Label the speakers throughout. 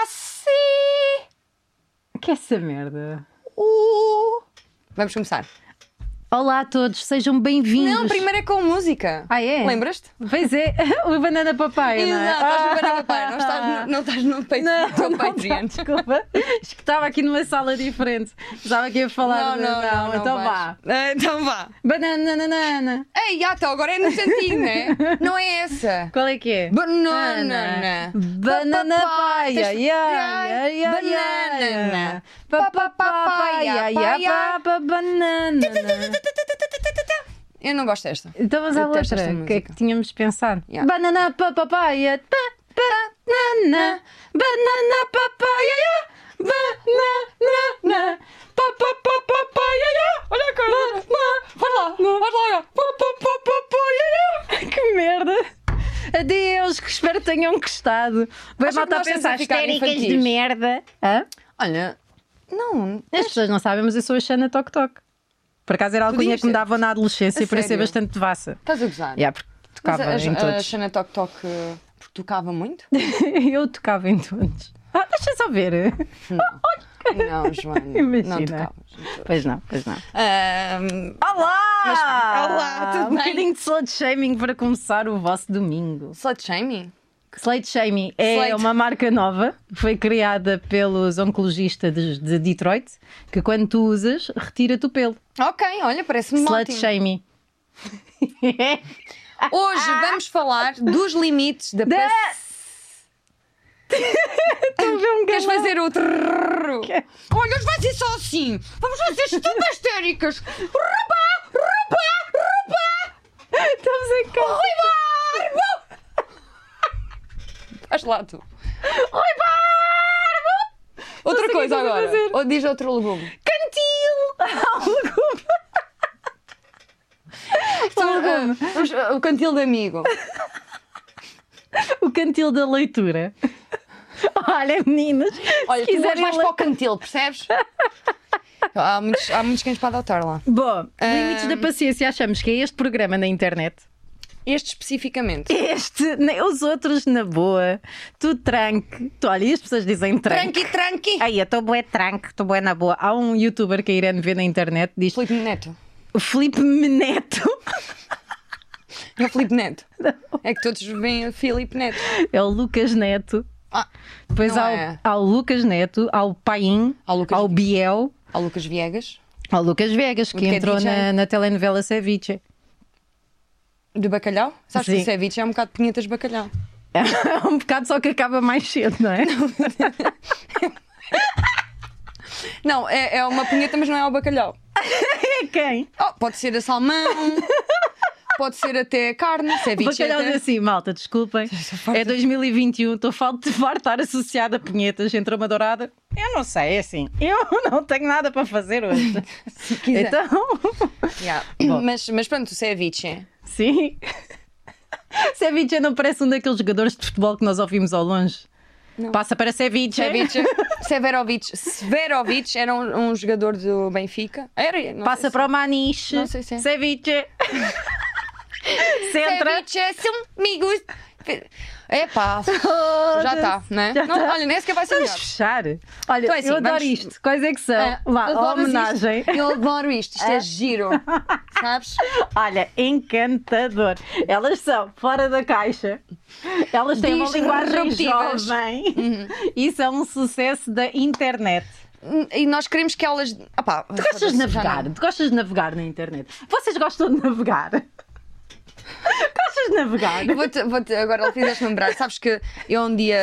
Speaker 1: Lassi
Speaker 2: Que é essa merda.
Speaker 1: o. Vamos começar.
Speaker 2: Olá a todos, sejam bem-vindos.
Speaker 1: Não, primeiro é com música.
Speaker 2: Ah, é?
Speaker 1: Lembras-te?
Speaker 2: Pois é, o Banana Papai. não é?
Speaker 1: Exato, estás no Banana Pai, não
Speaker 2: Ah.
Speaker 1: estás, não tá. estás no peito
Speaker 2: Não,
Speaker 1: do teu
Speaker 2: não,
Speaker 1: Patreon.
Speaker 2: desculpa. Acho que estava aqui numa sala diferente. Estava aqui a
Speaker 1: Não,
Speaker 2: falar. de-
Speaker 1: não, não, não
Speaker 2: então
Speaker 1: vais.
Speaker 2: vá.
Speaker 1: Ah, então vá.
Speaker 2: Banana, nanana.
Speaker 1: Ei, até agora é no sentido, né? Não é essa.
Speaker 2: Qual é que é?
Speaker 1: Banana.
Speaker 2: Banana paia.
Speaker 1: Tens de-
Speaker 2: ia, ia, ia,
Speaker 1: Banana.
Speaker 2: ia. Pa, pa, pa, paia, ia, pa, pa, Banana.
Speaker 1: Eu não gosto desta.
Speaker 2: Então vamos à
Speaker 1: Detesto esta
Speaker 2: outra que, é
Speaker 1: música.
Speaker 2: que tínhamos pensado.
Speaker 1: Yeah.
Speaker 2: Banana pa, papaya, pa, pa, na, na.
Speaker 1: Né?
Speaker 2: banana papaya, ya. banana na, pa, pa, pa, papaya, ya. olha a cara, vai lá,
Speaker 1: Né?
Speaker 2: vai lá, olha. pa, pa, pa, papaya, ya. que merda. Adeus, que espero que tenham gostado. Vai
Speaker 1: Acham que
Speaker 2: malta a
Speaker 1: nós estamos
Speaker 2: pensar
Speaker 1: a ficar
Speaker 2: histéricas de
Speaker 1: infantis?
Speaker 2: merda. Hã?
Speaker 1: Olha, não.
Speaker 2: As pessoas não sabem, mas eu sou a Xana Tok Tok. Por acaso era a alcunha
Speaker 1: Podias
Speaker 2: que me
Speaker 1: ser.
Speaker 2: davam na adolescência
Speaker 1: A
Speaker 2: para ser
Speaker 1: sério?
Speaker 2: bastante devassa.
Speaker 1: Estás a gozar.
Speaker 2: Yeah, porque
Speaker 1: Mas
Speaker 2: tocava
Speaker 1: a,
Speaker 2: em
Speaker 1: a, a
Speaker 2: todos.
Speaker 1: Xana Tok Tok eh, porque tocava muito?
Speaker 2: Eu tocava em todos. Ah, deixa só ver.
Speaker 1: Não, Joana.
Speaker 2: Imagina.
Speaker 1: Não tocavas.
Speaker 2: Pois não, pois não.
Speaker 1: Ahm,
Speaker 2: Olá!
Speaker 1: Mas- Olá, tudo
Speaker 2: um
Speaker 1: bem?
Speaker 2: bocadinho de slate shaming para começar o vosso domingo.
Speaker 1: Slut shaming?
Speaker 2: Slate shaming é
Speaker 1: Slate-
Speaker 2: uma marca nova, foi criada pelos oncologistas de, de Detroit, que quando tu usas, retira-te o pelo.
Speaker 1: Ok, olha, parece-me
Speaker 2: Slate
Speaker 1: ótimo.
Speaker 2: shaming.
Speaker 1: Hoje vamos falar dos limites da...
Speaker 2: Da-
Speaker 1: paci-
Speaker 2: Estou a ver um
Speaker 1: Queres
Speaker 2: galão.
Speaker 1: fazer outro? Olha, hoje vai ser só assim. Vamos fazer estudas histéricas. Rupá, rupá, rupá.
Speaker 2: Estamos em casa.
Speaker 1: Faz lá tu. Outra
Speaker 2: sei o que é
Speaker 1: coisa
Speaker 2: que eu vou
Speaker 1: agora.
Speaker 2: fazer.
Speaker 1: Ou diz outro legume.
Speaker 2: Cantil!
Speaker 1: Então, ah, vamos- ah, o cantil de amigo.
Speaker 2: o cantil da leitura. Olha, meninas,
Speaker 1: Olha,
Speaker 2: se
Speaker 1: tu vais
Speaker 2: quiserem
Speaker 1: mais
Speaker 2: ler-
Speaker 1: para o cantil, percebes? há, muitos, há muitos cães para adotar lá.
Speaker 2: Bom, limites da paciência, achamos que é este programa na internet.
Speaker 1: Este especificamente.
Speaker 2: Este, nem os outros na boa. Tu tranque. Tu, olha, e as pessoas dizem tranque. É.
Speaker 1: Tranqui, tranqui.
Speaker 2: Ai, eu estou boé tranque, estou boé na boa. Há um youtuber que a Irene vê na internet, diz
Speaker 1: Filipe Neto.
Speaker 2: o Filipe Meneto.
Speaker 1: É o Filipe Neto. É que todos veem o Filipe Neto.
Speaker 2: É o Lucas Neto.
Speaker 1: Ah,
Speaker 2: Depois
Speaker 1: Não
Speaker 2: há, o-
Speaker 1: é.
Speaker 2: há o Lucas Neto, há o Paim,
Speaker 1: Há o Lucas-
Speaker 2: há o Biel,
Speaker 1: há o Lucas Viegas,
Speaker 2: há o Lucas Vegas, que,
Speaker 1: que é
Speaker 2: entrou
Speaker 1: DJ.
Speaker 2: na, na telenovela Ceviche.
Speaker 1: de bacalhau. Sabes
Speaker 2: Sim.
Speaker 1: que o ceviche é um bocado de pinhetas de bacalhau.
Speaker 2: É um bocado só que acaba mais cedo, não é?
Speaker 1: Não, é, é uma pinheta, mas não é ao bacalhau.
Speaker 2: É quem?
Speaker 1: Oh, pode ser a salmão, pode ser até a carne, ceviche.
Speaker 2: Bacalhau
Speaker 1: até-
Speaker 2: assim, malta, desculpem. É 2021, estou farto de farto de estar associada a punhetas entre uma dourada. Eu não sei, é assim. Eu não tenho nada para fazer hoje.
Speaker 1: Se quiser.
Speaker 2: então,
Speaker 1: Yeah.
Speaker 2: Bom.
Speaker 1: Mas, mas pronto, o ceviche. é.
Speaker 2: sim. Ceviche não parece um daqueles jogadores de futebol que nós ouvimos ao longe. Passa para Ceviche.
Speaker 1: Ceviche. Severovic. Severovic era um, um jogador do Benfica. Era, não
Speaker 2: Passa
Speaker 1: sei
Speaker 2: para o Maniche.
Speaker 1: Não sei se é.
Speaker 2: Ceviche. Centra.
Speaker 1: Ceviche são amigos. é Epá, já está, né?
Speaker 2: Oh, Já
Speaker 1: não
Speaker 2: tá.
Speaker 1: Olha, nem sequer vai ser
Speaker 2: Vamos
Speaker 1: melhor.
Speaker 2: fechar. Olha,
Speaker 1: Então é assim,
Speaker 2: eu adoro
Speaker 1: vamos-
Speaker 2: isto. Quais é que são?
Speaker 1: Ah,
Speaker 2: Vá, a
Speaker 1: adoras
Speaker 2: homenagem.
Speaker 1: Isto. Eu adoro isto, isto é giro. Sabes?
Speaker 2: Olha, encantador. Elas são fora da caixa. Elas têm uma linguagem
Speaker 1: Disruptivas.
Speaker 2: jovem e são um sucesso da internet.
Speaker 1: E nós queremos que elas. Opá,
Speaker 2: Tu gostas de navegar? Tu gostas de navegar na internet? Vocês gostam de navegar? Gostas de navegar?
Speaker 1: Vou-te, vou-te- agora fizeste lembrar, sabes que eu um dia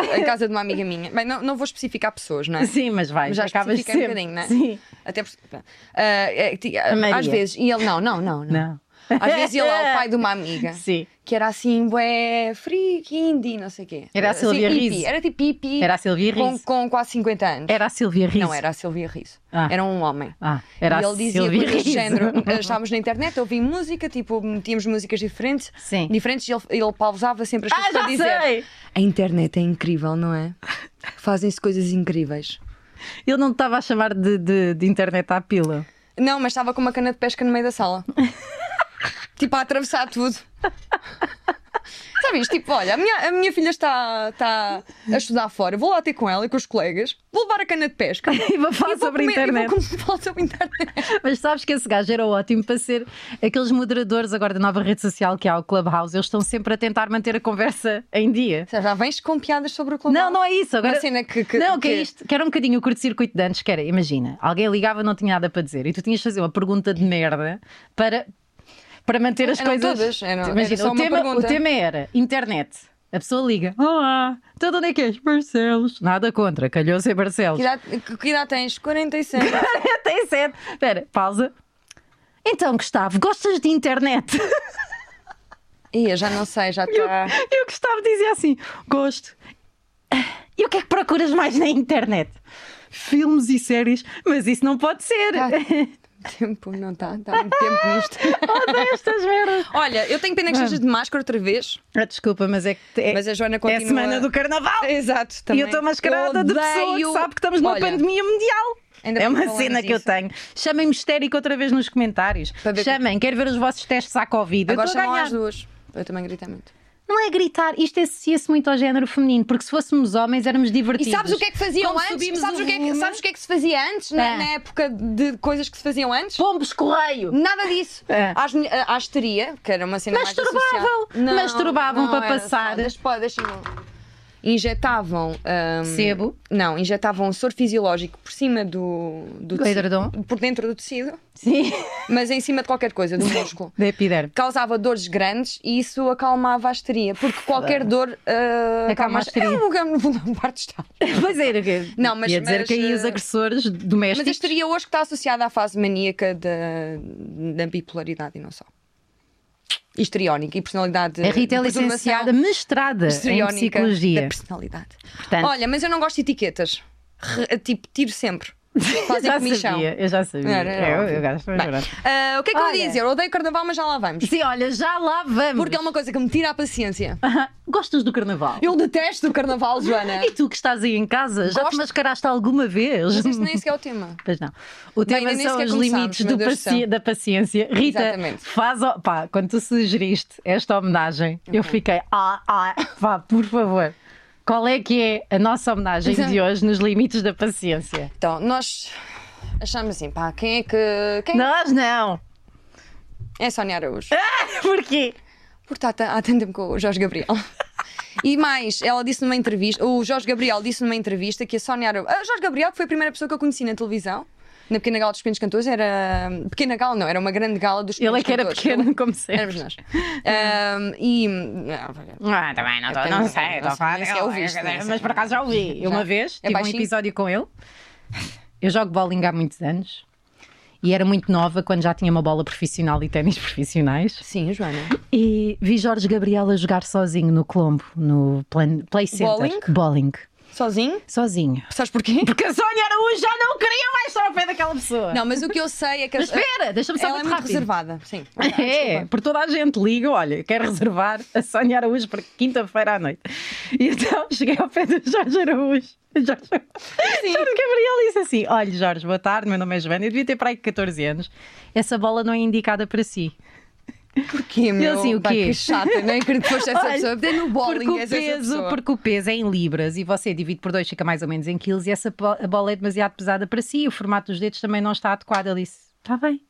Speaker 1: ah, em casa de uma amiga minha, bem, não, não vou especificar pessoas, não é?
Speaker 2: Sim, mas vai,
Speaker 1: Já
Speaker 2: acabas
Speaker 1: especifiquei
Speaker 2: sempre.
Speaker 1: um bocadinho, não é?
Speaker 2: Sim.
Speaker 1: Até porque. pronto. Ah, é, ti-
Speaker 2: Maria.
Speaker 1: às vezes, e ele, não, não, não, não.
Speaker 2: Não.
Speaker 1: Às vezes ele é o pai de uma amiga
Speaker 2: Sim.
Speaker 1: que era assim, bué, freak, indie, não sei o quê.
Speaker 2: Era a Silvia
Speaker 1: Assim,
Speaker 2: Rizzo.
Speaker 1: hippie, Era tipo hippie.
Speaker 2: Era a Silvia
Speaker 1: com,
Speaker 2: Rizzo.
Speaker 1: com quase 50 anos.
Speaker 2: Era a Silvia Rizzo.
Speaker 1: Não, era a Silvia Rizzo.
Speaker 2: Ah.
Speaker 1: Era um homem.
Speaker 2: Ah, era
Speaker 1: e
Speaker 2: a
Speaker 1: ele dizia
Speaker 2: Silvia
Speaker 1: coisas do
Speaker 2: Rizzo.
Speaker 1: género. eh, Estávamos na internet, eu ouvi música, tipo, metíamos músicas diferentes.
Speaker 2: Sim.
Speaker 1: Diferentes, e ele, ele pausava sempre as
Speaker 2: Ah,
Speaker 1: coisas para dizer.
Speaker 2: já sei!
Speaker 1: A internet é incrível, não é? Fazem-se coisas incríveis.
Speaker 2: Ele não te estava a chamar de, de, de internet à pila.
Speaker 1: Não, mas estava com uma cana de pesca no meio da sala. tipo, a atravessar tudo. Sabes? Tipo, olha, a minha, a minha filha está, está a estudar fora, vou lá ter com ela e com os colegas, vou levar a cana de pesca.
Speaker 2: E vou falar
Speaker 1: e vou
Speaker 2: sobre a
Speaker 1: comer-
Speaker 2: internet.
Speaker 1: E vou comer- falar sobre a internet.
Speaker 2: Mas sabes que esse gajo era ótimo para ser aqueles moderadores agora da nova rede social que há, o Clubhouse. Eles estão sempre a tentar manter a conversa em dia.
Speaker 1: Já vens com piadas sobre o clube.
Speaker 2: Não, não é isso. Agora...
Speaker 1: Uma cena assim, que- que-
Speaker 2: não, que, é
Speaker 1: que-
Speaker 2: isto. Que era um bocadinho o curto-circuito de antes, que era, imagina, alguém ligava não tinha nada para dizer e tu tinhas de fazer uma pergunta de merda para, para manter as
Speaker 1: Eram
Speaker 2: coisas.
Speaker 1: todas, eram-
Speaker 2: imagina,
Speaker 1: era só
Speaker 2: o,
Speaker 1: uma
Speaker 2: tema, o
Speaker 1: pergunta.
Speaker 2: tema era internet. A pessoa liga, olá, então de onde é que és? Barcelos. Nada contra, calhou ser Barcelos.
Speaker 1: Que idade, que- que idade tens? 46.
Speaker 2: Tem sede. Espera, pausa. Então, Gustavo, gostas de internet?
Speaker 1: Ia, já não sei, já tá- está.
Speaker 2: E o Gustavo dizia assim: gosto. E o que é que procuras mais na internet? Filmes e séries, mas isso não pode ser.
Speaker 1: Ah. Tempo, não está, está muito tempo nisto.
Speaker 2: Odeio estas merdas.
Speaker 1: Olha, eu tenho pena que estejas de máscara outra vez,
Speaker 2: Ah, desculpa, mas é que é,
Speaker 1: mas a Joana
Speaker 2: é
Speaker 1: continua.
Speaker 2: a semana do carnaval.
Speaker 1: Exato,
Speaker 2: E
Speaker 1: também.
Speaker 2: eu estou mascarada de pessoa que
Speaker 1: odeio-
Speaker 2: sabe que estamos numa
Speaker 1: Olha,
Speaker 2: pandemia mundial.
Speaker 1: ainda bem
Speaker 2: É uma
Speaker 1: que
Speaker 2: cena
Speaker 1: falamos
Speaker 2: que eu
Speaker 1: disso.
Speaker 2: tenho. Chamem-me histérico outra vez nos comentários.
Speaker 1: Para ver que-
Speaker 2: Chamem, quero ver os vossos testes à Covid. Eu
Speaker 1: Agora
Speaker 2: estou a
Speaker 1: chamam
Speaker 2: ganhar.
Speaker 1: às duas. Eu também grito muito.
Speaker 2: Não é gritar, isto associa-se muito ao género feminino, porque se fôssemos homens éramos divertidos.
Speaker 1: E sabes o que é que faziam
Speaker 2: Como
Speaker 1: antes?
Speaker 2: subimos
Speaker 1: Sabes
Speaker 2: o
Speaker 1: o, que é que,
Speaker 2: volume?
Speaker 1: sabes o que é que se fazia antes? Na,
Speaker 2: Ah.
Speaker 1: na época de coisas que se faziam antes?
Speaker 2: Pombos correio!
Speaker 1: Nada disso.
Speaker 2: É.
Speaker 1: Às, mulher- à histeria, que era uma cena mais
Speaker 2: Masturbavam.
Speaker 1: associada. Não,
Speaker 2: Masturbavam
Speaker 1: não,
Speaker 2: para
Speaker 1: era só-
Speaker 2: passar.
Speaker 1: deixa- pá, deixa-me- Injetavam. hum,
Speaker 2: Sebo.
Speaker 1: Não, injetavam soro fisiológico por cima do, do
Speaker 2: Do edredom.
Speaker 1: Por dentro do tecido,
Speaker 2: Sim.
Speaker 1: mas em cima de qualquer coisa, do músculo.
Speaker 2: Da epiderme.
Speaker 1: Causava dores grandes e isso acalmava a histeria, porque qualquer dor ah,
Speaker 2: Acalma a
Speaker 1: É
Speaker 2: histeria.
Speaker 1: um lugar no mundo onde parte está.
Speaker 2: Pois era. que-
Speaker 1: Não, mas-
Speaker 2: Ia dizer
Speaker 1: mas,
Speaker 2: que aí os
Speaker 1: eh,
Speaker 2: agressores
Speaker 1: Mas a
Speaker 2: domésticos.
Speaker 1: histeria hoje que está associada à fase maníaca da, da bipolaridade e não só. Histriónica e personalidade.
Speaker 2: A Rita é
Speaker 1: perturbação
Speaker 2: licenciada, mestrada em
Speaker 1: histriónica da
Speaker 2: psicologia.
Speaker 1: personalidade.
Speaker 2: Portanto,
Speaker 1: Olha, mas eu não gosto de etiquetas. Re- tipo, tiro sempre. Fazem
Speaker 2: já
Speaker 1: comichão.
Speaker 2: sabia, eu já sabia. É,
Speaker 1: Era, era
Speaker 2: eu,
Speaker 1: óbvio.
Speaker 2: eu gosto, mas
Speaker 1: Bem,
Speaker 2: pronto.
Speaker 1: ah, o que é que eu
Speaker 2: Olha.
Speaker 1: ia dizer? Eu odeio carnaval, mas já lá vamos.
Speaker 2: Sim, olha, já lá vamos.
Speaker 1: Porque é uma coisa que me tira a paciência.
Speaker 2: Aham. Gostas do carnaval?
Speaker 1: Eu detesto o carnaval, Joana.
Speaker 2: E tu que estás aí em casa, já te
Speaker 1: Gosto.
Speaker 2: mascaraste alguma vez?
Speaker 1: Mas este nem sequer é o tema.
Speaker 2: Pois não. O tema
Speaker 1: ainda nem
Speaker 2: são
Speaker 1: sequer
Speaker 2: os
Speaker 1: começámos,
Speaker 2: limites
Speaker 1: meu
Speaker 2: do
Speaker 1: Deus do
Speaker 2: paci-
Speaker 1: céu.
Speaker 2: da paciência. Rita,
Speaker 1: Exatamente.
Speaker 2: faz. o- Pá, quando tu sugeriste esta homenagem, eu
Speaker 1: Uhum.
Speaker 2: fiquei. Ah, ah, pá, por favor. Qual é que é a nossa homenagem
Speaker 1: Exato.
Speaker 2: de hoje nos limites da paciência?
Speaker 1: Então, nós achamos assim, pá, quem é que. Quem
Speaker 2: Nós não!
Speaker 1: é Sónia Araújo?
Speaker 2: Porquê?
Speaker 1: Porque há, ta- há tanto tempo com o Jorge Gabriel. E mais, ela disse numa entrevista, o Jorge Gabriel disse numa entrevista que a Sónia Araújo. A Jorge Gabriel, que foi a primeira pessoa que eu conheci na televisão, na Pequena Gala dos Pequenos Cantores, era. Pequena Gala não, era uma grande gala dos
Speaker 2: Ele é
Speaker 1: Pequenos
Speaker 2: que era
Speaker 1: Cantores. é
Speaker 2: pequeno, como sempre.
Speaker 1: Éramos nós. Ahm, e. não,
Speaker 2: Ah, também, não, tô-
Speaker 1: Eu
Speaker 2: não
Speaker 1: também
Speaker 2: sei,
Speaker 1: não
Speaker 2: estou a
Speaker 1: sei,
Speaker 2: falar
Speaker 1: nem sequer
Speaker 2: dele,
Speaker 1: ouviste, nem
Speaker 2: Mas
Speaker 1: sequer.
Speaker 2: por acaso já ouvi. Eu
Speaker 1: Já.
Speaker 2: uma vez
Speaker 1: É
Speaker 2: tive um
Speaker 1: baixinho?
Speaker 2: episódio com ele. Eu jogo bowling há muitos anos e era muito nova quando já tinha uma bola profissional e ténis profissionais.
Speaker 1: Sim, Joana.
Speaker 2: E vi Jorge Gabriel a jogar sozinho no Colombo, no plan- Play Center.
Speaker 1: Bowling?
Speaker 2: Bowling.
Speaker 1: Sozinho?
Speaker 2: Sozinho.
Speaker 1: Sabes porquê?
Speaker 2: Porque a Sónia Araújo já não queria mais estar ao pé daquela pessoa.
Speaker 1: Não, mas o que eu sei é que.
Speaker 2: Mas espera, deixa-me só
Speaker 1: ela é
Speaker 2: muito
Speaker 1: muito
Speaker 2: rápido.
Speaker 1: reservada, sim.
Speaker 2: É, por toda a gente liga, olha, quero reservar a Sónia Araújo para quinta-feira à noite. E então cheguei ao pé do Jorge Araújo. Jorge, Jorge Gabriel disse assim: Olha, Jorge, boa tarde, meu nome é Joana, eu devia ter para aí 14 anos. Essa bola não é indicada para si.
Speaker 1: Porquê, é meu?
Speaker 2: assim, o
Speaker 1: Pá,
Speaker 2: quê?
Speaker 1: Que chata, nem acredito que foste essa
Speaker 2: Olha,
Speaker 1: pessoa. Até no
Speaker 2: Porque
Speaker 1: bowling
Speaker 2: o,
Speaker 1: és essa
Speaker 2: peso,
Speaker 1: pessoa.
Speaker 2: porque o peso é em libras e você divide por dois, fica mais ou menos em quilos e essa bo- a bola é demasiado pesada para si e o formato dos dedos também não está adequado. Ele disse, está bem.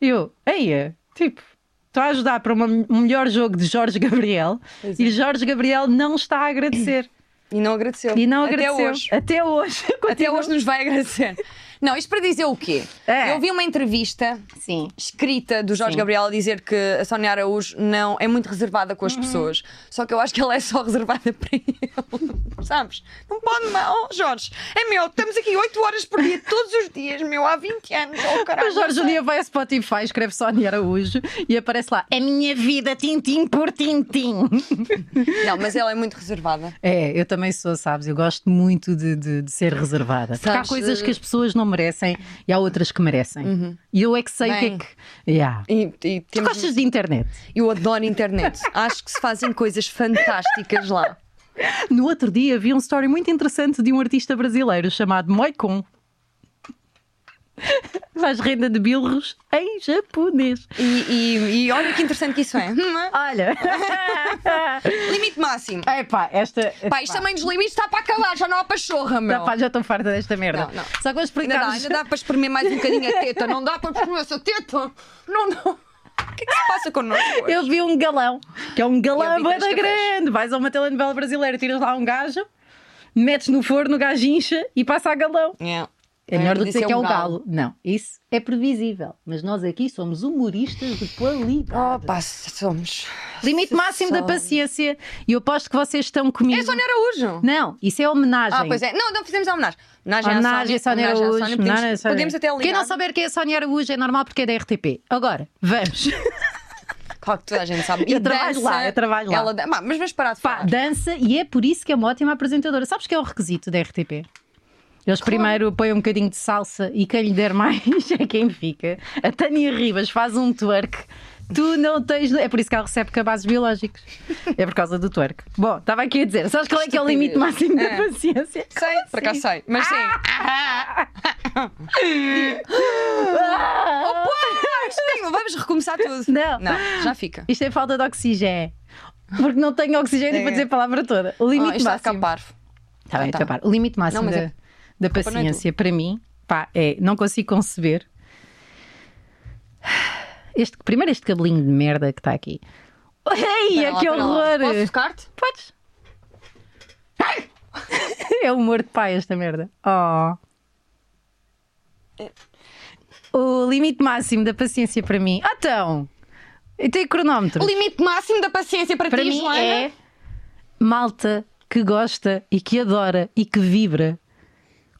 Speaker 2: Eu, eia, tipo, estou a ajudar para uma- um melhor jogo de Jorge Gabriel
Speaker 1: Pois é.
Speaker 2: e Jorge Gabriel não está a agradecer.
Speaker 1: E não agradeceu.
Speaker 2: E não
Speaker 1: Até
Speaker 2: agradeceu.
Speaker 1: hoje.
Speaker 2: Até hoje.
Speaker 1: Até hoje nos vai agradecer. Não, isto para dizer o quê?
Speaker 2: É.
Speaker 1: Eu vi uma entrevista
Speaker 2: Sim.
Speaker 1: escrita do Jorge
Speaker 2: Sim.
Speaker 1: Gabriel a dizer que a Sónia Araújo não, é muito reservada com as
Speaker 2: Hum.
Speaker 1: pessoas. Só que eu acho que ela é só reservada para ele. Sabes? Não pode mal, Jorge. É meu, estamos aqui 8 horas por dia, todos os dias, meu, há 20 anos. Oh, caralho,
Speaker 2: O Jorge um
Speaker 1: não sei.
Speaker 2: dia vai a Spotify, escreve Sónia Araújo e aparece lá A minha vida, tintim por tintim
Speaker 1: Não, mas ela é muito reservada.
Speaker 2: É, eu também sou, sabes? Eu gosto muito de, de- de ser reservada. Porque há
Speaker 1: Sabes,
Speaker 2: coisas
Speaker 1: eh, Uhum.
Speaker 2: que as pessoas não merecem e há outras que merecem. E eu é que sei o que é
Speaker 1: Bem.
Speaker 2: que. Yeah.
Speaker 1: E, e
Speaker 2: Tu
Speaker 1: temos- um
Speaker 2: gostas de internet?
Speaker 1: Eu adoro internet. Acho que se fazem coisas fantásticas lá.
Speaker 2: No outro dia vi um story muito interessante de um artista brasileiro chamado Moicon. Faz renda de bilros em japonês.
Speaker 1: E, e- e olha que interessante que isso é. Hum,
Speaker 2: Olha.
Speaker 1: Limite máximo.
Speaker 2: Epá, esta.
Speaker 1: Pá, isto é também dos limites está para acabar, já não há pachorra, meu.
Speaker 2: Não, pá, já estou farta desta merda.
Speaker 1: Não, não.
Speaker 2: Só que
Speaker 1: Ainda dá,
Speaker 2: vou explicar.
Speaker 1: ainda dá para espremer mais um bocadinho a teta, não dá para espremer essa teta. Não, não. O que é que se passa connosco? hoje?
Speaker 2: Eu vi um galão, que é um
Speaker 1: Eu
Speaker 2: galão
Speaker 1: vi
Speaker 2: bué
Speaker 1: três
Speaker 2: da
Speaker 1: cafés.
Speaker 2: grande. Vais a uma telenovela brasileira, tiras lá um gajo, metes no forno, o gajo incha e passa a galão.
Speaker 1: É.
Speaker 2: É melhor do que
Speaker 1: Isso
Speaker 2: dizer que é o
Speaker 1: um
Speaker 2: galo. Não, isso é previsível. Mas nós aqui somos humoristas de
Speaker 1: Oh,
Speaker 2: qualidade.
Speaker 1: pá, somos.
Speaker 2: Limite máximo da
Speaker 1: somos.
Speaker 2: paciência. E eu aposto que vocês estão comigo.
Speaker 1: É Sónia Araújo.
Speaker 2: Não, isso é homenagem.
Speaker 1: Ah, pois é. Não, não fizemos a homenagem. Homenagem,
Speaker 2: Homenagem a
Speaker 1: à
Speaker 2: Sónia Araújo.
Speaker 1: Homenagem à Sónia.
Speaker 2: homenagem a
Speaker 1: Podemos,
Speaker 2: Sónia.
Speaker 1: podemos até ligar.
Speaker 2: Quem não souber quem é a Sónia Araújo é normal porque é da RTP. Agora, vamos.
Speaker 1: Claro que toda a gente sabe.
Speaker 2: Eu trabalho lá, eu trabalho lá.
Speaker 1: Ela dan- Pá, mas vamos parar de
Speaker 2: Pá,
Speaker 1: falar.
Speaker 2: dança e é por isso que é uma ótima apresentadora. Sabes que é o requisito da RTP? Eles primeiro põem um bocadinho de salsa e quem lhe der mais é quem fica. A Tânia Ribas faz um twerk. Tu não tens. É por isso que ela recebe cabazes biológicos. É por causa do twerk. Bom, estava aqui a dizer. Sabes qual é que é o
Speaker 1: Estupidez.
Speaker 2: limite máximo
Speaker 1: É.
Speaker 2: da paciência?
Speaker 1: sei, por acaso sei. Mas sim.
Speaker 2: Ah!
Speaker 1: Sim, Vamos recomeçar tudo.
Speaker 2: Não.
Speaker 1: Não, já fica.
Speaker 2: Isto é falta de oxigênio. Porque não tenho oxigênio
Speaker 1: É.
Speaker 2: para dizer a palavra toda. O
Speaker 1: Oh,
Speaker 2: limite
Speaker 1: isto está a ficar
Speaker 2: máximo.
Speaker 1: parvo.
Speaker 2: Tá bem,
Speaker 1: Tá.
Speaker 2: tá. O limite máximo
Speaker 1: Não, mas
Speaker 2: da,
Speaker 1: é-
Speaker 2: da
Speaker 1: culpa não é
Speaker 2: paciência para mim pá, é não consigo conceber. Este, primeiro, este cabelinho de merda que está aqui. Ei,
Speaker 1: Espera lá,
Speaker 2: é que
Speaker 1: espera lá.
Speaker 2: horror!
Speaker 1: Posso tocar-te?
Speaker 2: Podes? É o humor de pai esta merda. Oh.
Speaker 1: É.
Speaker 2: O limite máximo da paciência para mim. Ah, então! Eu tenho cronómetro.
Speaker 1: O limite máximo da paciência para,
Speaker 2: Para
Speaker 1: ti,
Speaker 2: mim
Speaker 1: Joana?
Speaker 2: é malta que gosta e que adora e que vibra